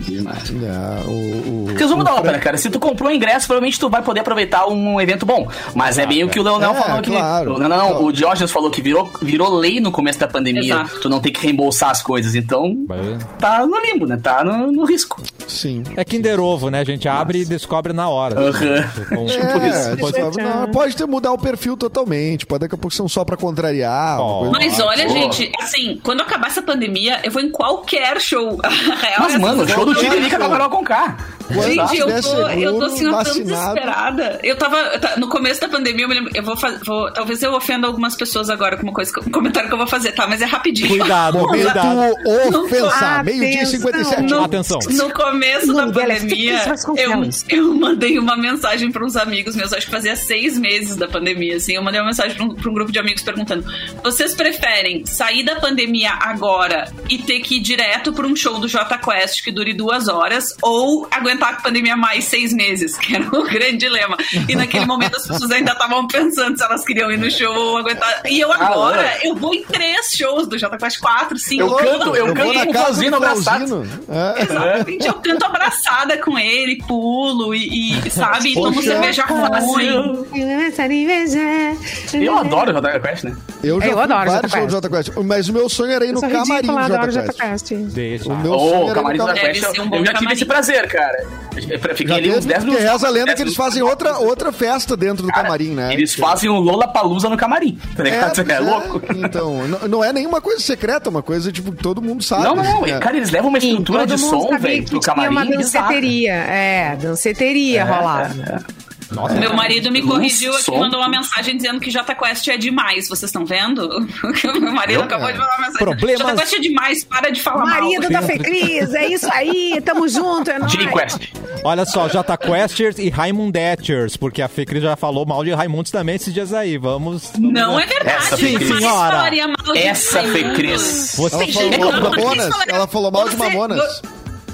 D: É, o- o-
B: Resumo da ópera, cara. Se tu comprou o ingresso, provavelmente tu vai poder aproveitar um evento bom. Mas é bem o que o Leonel
D: É,
B: falou que.
D: claro.
B: Não, não, não, o Diógenes falou que virou, virou lei no começo da pandemia.
C: Exato.
B: Tu não tem que reembolsar as coisas. Então,
A: Ah.
F: Vai-
B: tá no limbo, né? Tá no, no risco.
D: Sim.
F: É Kinder Ovo, né? A gente abre e descobre na hora.
B: Aham.
F: Com-
B: Tipo isso.
D: É,
F: Pode-
D: pode,
C: né?
D: não, pode ter mudar o perfil totalmente. Pode daqui a pouco são só pra contrariar. uma
F: Oh.
D: coisa-
C: Mas olha,
B: boa.
C: gente, assim, quando acabar essa pandemia, eu vou em qualquer show. A real é
B: Mas,
C: essa.
B: mano, o show do Tiririca com a Carol Conká.
D: Quando
C: Gente, eu
D: tiver
C: tô, eu tô assim,
D: seguro,
C: ó, tão
D: vacinado.
C: desesperada. Eu tava. eu ta- No começo da pandemia, eu me lembro. Eu vou fazer. Vou, talvez eu ofenda algumas pessoas agora com uma coisa, que eu- um comentário que eu vou fazer, tá? Mas é rapidinho.
F: Cuidado, cuidado.
D: Momento ofensa.
E: Atenção.
D: Meio-dia e 57.
C: No-
F: Atenção.
C: No começo
E: O
C: da
E: nome dela é
C: pandemia,
E: Fitness
C: eu,
E: Vasconcelos.
C: eu mandei uma mensagem para uns amigos meus, acho que fazia seis meses da pandemia, assim. Eu mandei uma mensagem para um, pra um grupo de amigos perguntando: vocês preferem sair da pandemia agora e ter que ir direto para um show do Jota Quest que dure duas horas ou aguentar a pandemia mais seis meses? Que era o grande dilema. E naquele momento as pessoas ainda estavam pensando se elas queriam ir no show ou aguentar. E eu
B: Ah,
C: agora,
B: Laura.
C: eu vou em três shows do Jota Quest, quatro, cinco.
B: Eu canto, eu canto
D: vou na
B: com o
D: casa do
B: Flauzino abraçado.
D: Flauzino. É.
C: Exatamente, eu canto abraçada com ele, pulo e, e, sabe, e tomo
D: Poxa,
C: cerveja ruim.
B: Eu adoro o JK Quest, né?
D: Eu já
E: Eu
D: fui
E: adoro
D: vários
E: Jota
D: shows do Jota Quest. Mas o meu sonho era ir no
E: Eu sou
D: camarim
E: ridícula,
D: do Jota
E: adoro Jota
D: Quest.
E: Quest.
F: Deixa.
D: O meu sonho
B: Ô, o
D: era ir no
B: camarim do JK
D: camarim.
C: Deve
B: Quest, é um
C: ser um
B: eu
C: bom
B: já tive
C: camarim.
B: esse prazer, cara. Eu Fiquei
D: Já
B: ali uns
D: teve,
B: 10
D: porque
B: minutos.
D: reza a lenda
B: 10
D: que eles
B: minutos.
D: fazem outra, outra festa dentro do
B: Cara,
D: camarim, né?
B: Eles fazem um Lola Palusa no camarim. Tá ligado?
D: pois
B: É, louco.
D: Então, não, não é nenhuma coisa secreta, é uma coisa tipo que todo mundo sabe.
B: Não, não,
D: assim,
B: não. é,
D: né?
B: Cara, eles levam uma estrutura
E: Todo
B: de
E: mundo
B: som,
E: sabia
B: velho,
E: que
B: pro
E: tinha
B: camarim.
E: uma
B: bizarro. é,
E: danceteria. É, danceteria rolava.
F: Nossa,
C: Meu marido me
B: Nossa,
C: corrigiu aqui,
B: som.
C: mandou uma mensagem dizendo que Jota Quest é demais. Vocês estão vendo? Meu marido
B: Eu?
C: acabou de mandar uma mensagem.
F: Problemas-
C: Jota Quest é demais, para de falar
E: Marido da
C: mal.
E: Fecris, é isso aí, tamo junto, é nóis.
B: Jimmy Quest.
F: Olha só, Jota Questers e Raimundetchers, porque a Fecris já falou mal de Raimundos também esses dias aí. Vamos.
C: Não é verdade.
B: Essa
C: jamais
F: foi- senhora.
C: falaria mal de
B: Essa
C: Raimundos.
B: foi Cris.
F: Você
D: Ela
C: Tem
B: é
C: gente
D: falou,
C: que não
D: Mamonas,
C: fala-
D: ela falou mal de
C: Você-
D: Mamonas.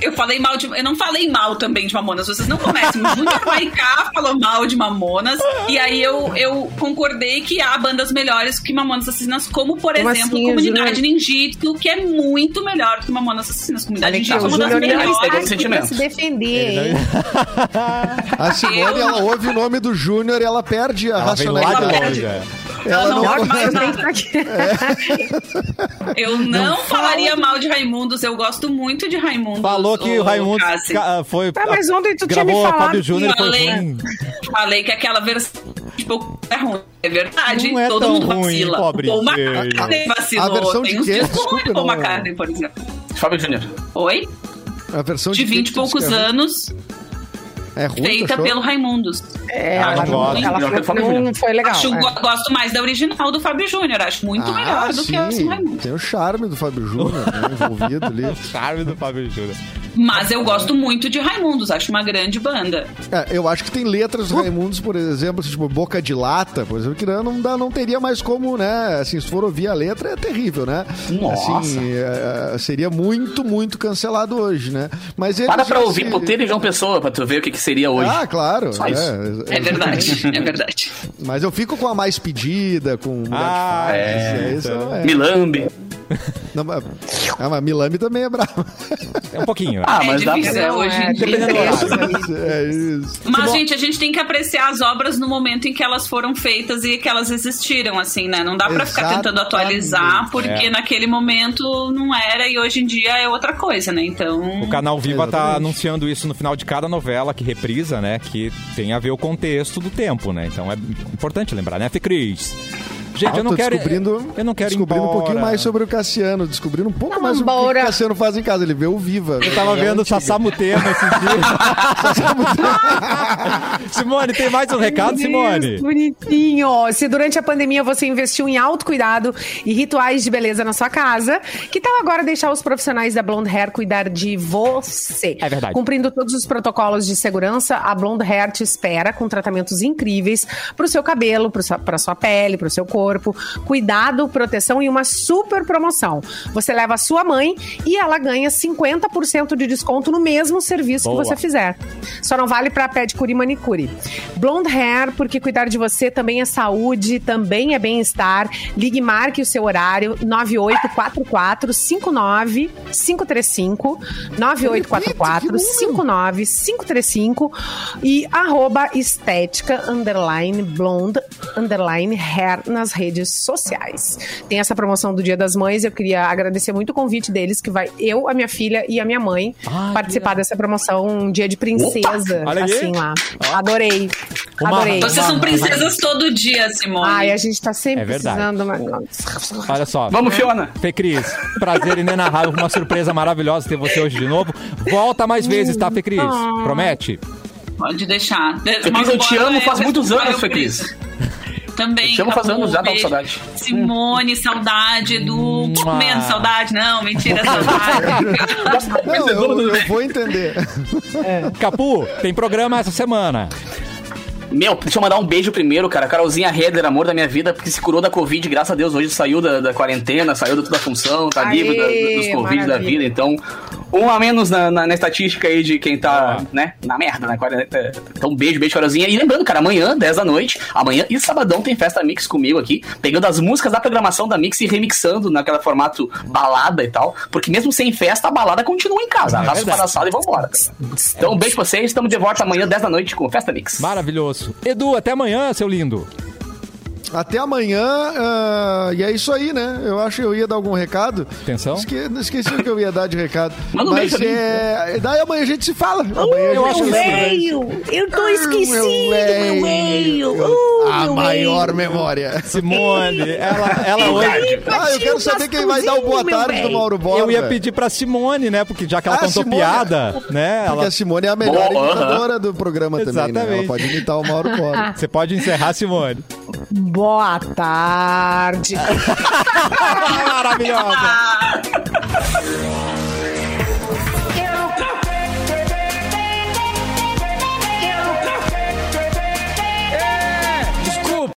C: Eu falei mal de. Eu não falei mal também de Mamonas. Vocês não comecem. O Júnior Paiká falou mal de Mamonas. E aí eu, eu concordei que há bandas melhores que Mamonas Assassinas, como, por
E: Como
C: exemplo,
E: assim,
C: Comunidade
E: Júnior?
C: Ninjitsu, que é muito melhor do que Mamonas Assassinas. Comunidade
B: Olha que
E: Não,
C: Ninjitsu é
E: o
C: uma das
E: Júnior
B: Juliano
C: melhores.
E: não
B: Alice,
E: sabe
B: pegou sentimentos.
E: se defender, hein?
D: A Simone,
C: Eu-
D: ela ouve o nome do Júnior e ela perde a
F: Ela veio lá de
D: racionalidade.
C: Ela
F: longe.
C: perde.
F: é.
C: Ela não
E: Logo
C: ouve mais
E: mais tem
C: nada.
E: que tá aqui.
C: Eu não, falaria mal de Raimundos. Eu gosto muito de Raimundos.
F: Falou que o Raimundos
C: Cassi.
F: ca- foi.
E: Ah, mas ontem tu tinha me
F: gravou
E: falado
F: Fábio Júnior e
C: que
F: foi
C: além-
F: ruim.
C: Falei que aquela versão de pouco é ruim. É verdade.
F: Não é
C: todo
F: tão
C: mundo
F: ruim,
C: vacila.
F: pobre
C: Paul
F: gente.
C: McCartney vacilou.
D: A versão
C: Tem
D: de
C: uns
D: quê?
C: dias
D: Desculpa,
C: ruim, Paul
D: não-
C: McCartney, por exemplo.
B: Fábio Júnior.
C: Oi?
D: A versão
C: De 20 e
D: Fix
C: poucos
D: é-
C: anos,
D: É ruim,
C: feita
D: achou?
C: pelo Raimundos.
E: É,
F: Ah, não
E: ela não,
F: gosto.
E: ela
B: Eu quero falar
E: foi, não
B: Juliano.
E: foi legal.
C: Acho,
E: é.
C: go- Gosto mais da original do Fábio Júnior. Acho muito
D: Ah,
C: melhor do que a
D: sim.
C: do Raimundos.
D: Tem o charme do Fábio Júnior né, envolvido ali.
F: Charme do Fábio Júnior.
C: Mas eu gosto muito de Raimundos. Acho uma grande banda.
D: É, eu acho que tem letras do Raimundos, por exemplo, assim, tipo Boca de Lata, por exemplo, que né, não, dá, não teria mais como, né? Assim, se for ouvir a letra, é terrível, né?
B: Nossa.
D: Assim, é, é, seria muito, muito cancelado hoje, né? Mas eles
B: Para pra
D: já
B: ouvir
D: se-
B: Poteiro e João Pessoa, pra tu ver o que, que seria hoje.
D: Ah, claro.
B: Só isso.
C: É verdade. é verdade.
D: Mas eu fico com a mais pedida, com Mulher
F: Ah,
D: de
B: é,
D: Fases, isso é.
B: Milambe.
D: Não, mas, ah, mas Milame também é brava.
F: É um pouquinho.
B: Ah,
C: é
B: mas dá
C: difícil
B: pra...
E: Não,
C: hoje
E: é,
C: em dia.
E: dependendo do horário.
D: é isso.
C: Mas, gente, a gente tem que apreciar as obras no momento em que elas foram feitas e que elas existiram, assim, né? Não dá pra ficar tentando
D: Exatamente.
C: atualizar, porque
F: É.
C: naquele momento não era e hoje em dia é outra coisa, né? Então.
F: O canal Viva tá
D: Exatamente.
F: anunciando isso no final de cada novela que reprisa, né? Que tem a ver o contexto do tempo, né? Então é importante lembrar, né, Fê Cris? Gente, eu não
D: tô
F: quero.
D: descobrindo,
F: eu não quero ir
D: descobrindo um pouquinho
F: embora.
D: mais sobre o Cassiano, descobrindo um pouco
E: Vamos
D: mais sobre o que
E: embora.
D: o Cassiano faz em casa. Ele é um- vê o Viva.
F: Eu tava vendo o Sassamutema esses dias. Simone, tem mais um recado,
E: Meu Deus,
F: Simone?
E: Bonitinho. Se durante a pandemia você investiu em autocuidado e rituais de beleza na sua casa, que tal agora deixar os profissionais da Blonde Hair cuidar de você?
F: É verdade.
E: Cumprindo todos os protocolos de segurança, a Blonde Hair te espera com tratamentos incríveis pro seu cabelo, pro sua- pra sua pele, pro seu corpo. Cuidado, proteção e uma super promoção. Você leva a sua mãe e ela ganha 50% de desconto no mesmo serviço
F: Boa.
E: que você fizer. Só não vale pra pedicure e manicure. Blonde Hair, porque cuidar de você também é saúde, também é bem-estar. Ligue e marque o seu horário 9844-59535, 9844-59535 e arroba estética underline blonde underline hair nas redes sociais. Tem essa promoção do Dia das Mães, eu queria agradecer muito o convite deles, que vai eu, a minha filha e a minha mãe
F: Ah, que
E: participar dessa promoção um Dia de Princesa,
F: Olha aí.
E: assim lá. Adorei,
F: Uma-
E: adorei.
F: Então
C: Vocês são princesas todo dia, Simone.
E: Ai, a gente tá sempre
F: É verdade.
E: precisando... Mas...
F: Olha só.
B: Vamos, Fiona.
F: Fê Cris, prazer inenarrável, uma surpresa maravilhosa ter você hoje de novo. Volta mais vezes, tá, Fê Cris? Promete?
C: Pode deixar. De-
B: Fê
C: mas é
B: Cris, eu te
C: boa
B: amo faz
C: época,
B: muitos anos,
C: valeu
B: Fê
C: por
B: Cris.
C: isso. Também.
B: Te amo
C: Capu,
B: faz anos já, tava com
C: beijo.
B: saudade.
C: Simone, saudade do.
F: Mua.
C: Menos saudade, não, mentira, saudade.
D: Não, eu, eu vou entender.
F: Capu, tem programa essa semana.
B: Meu, deixa eu mandar um beijo primeiro, cara. Carolzinha Heller, amor da minha vida, porque se curou da Covid, graças a Deus, hoje saiu da, da quarentena, saiu de toda a função, tá
E: Aê,
B: livre da- da- dos Covid da
E: maravilha.
B: vida. Então, um a menos na, na- na estatística aí de quem tá, né, na merda, na quarentena. Então, um beijo, beijo, Carolzinha. E lembrando, cara, amanhã, 10 da noite, amanhã e sabadão tem festa Mix comigo aqui, pegando as músicas da programação da Mix e remixando naquela formato balada e tal, porque mesmo sem festa, a balada continua em casa. Arrasta
F: verdade.
B: para a sala e vambora. cara. Então, um beijo pra vocês, estamos de volta amanhã, 10 da noite, com Festa Mix.
F: Maravilhoso. Edu, até amanhã, seu lindo.
D: Até amanhã. ah, e é isso aí, né? Eu acho que eu ia dar algum recado.
F: Atenção.
D: Esque- esqueci o que eu ia dar de recado.
B: Manda um beijo pra mim.
D: é, Daí amanhã a gente se fala. Amanhã a
F: Uh, eu
D: gente
F: acho
D: se
F: que sim.
D: fala.
E: eu tô
D: Meu meio. Ah,
E: Uh,
D: A maior memória.
F: Simone, ela, ela hoje.
D: Ah, eu quero saber quem vai dar o boa tarde do Mauro Borba.
F: Eu ia pedir pra Simone, né? Porque já que ela
D: Ah,
F: contou
D: Simone.
F: piada, né?
D: Porque
F: Ela...
D: a Simone é a melhor
B: Boa,
D: imitadora do programa também, né? Ela
F: Exatamente.
D: pode imitar o Mauro Borba.
F: Você pode encerrar, Simone.
E: Boa tarde.
F: Ah, Maravilhosa.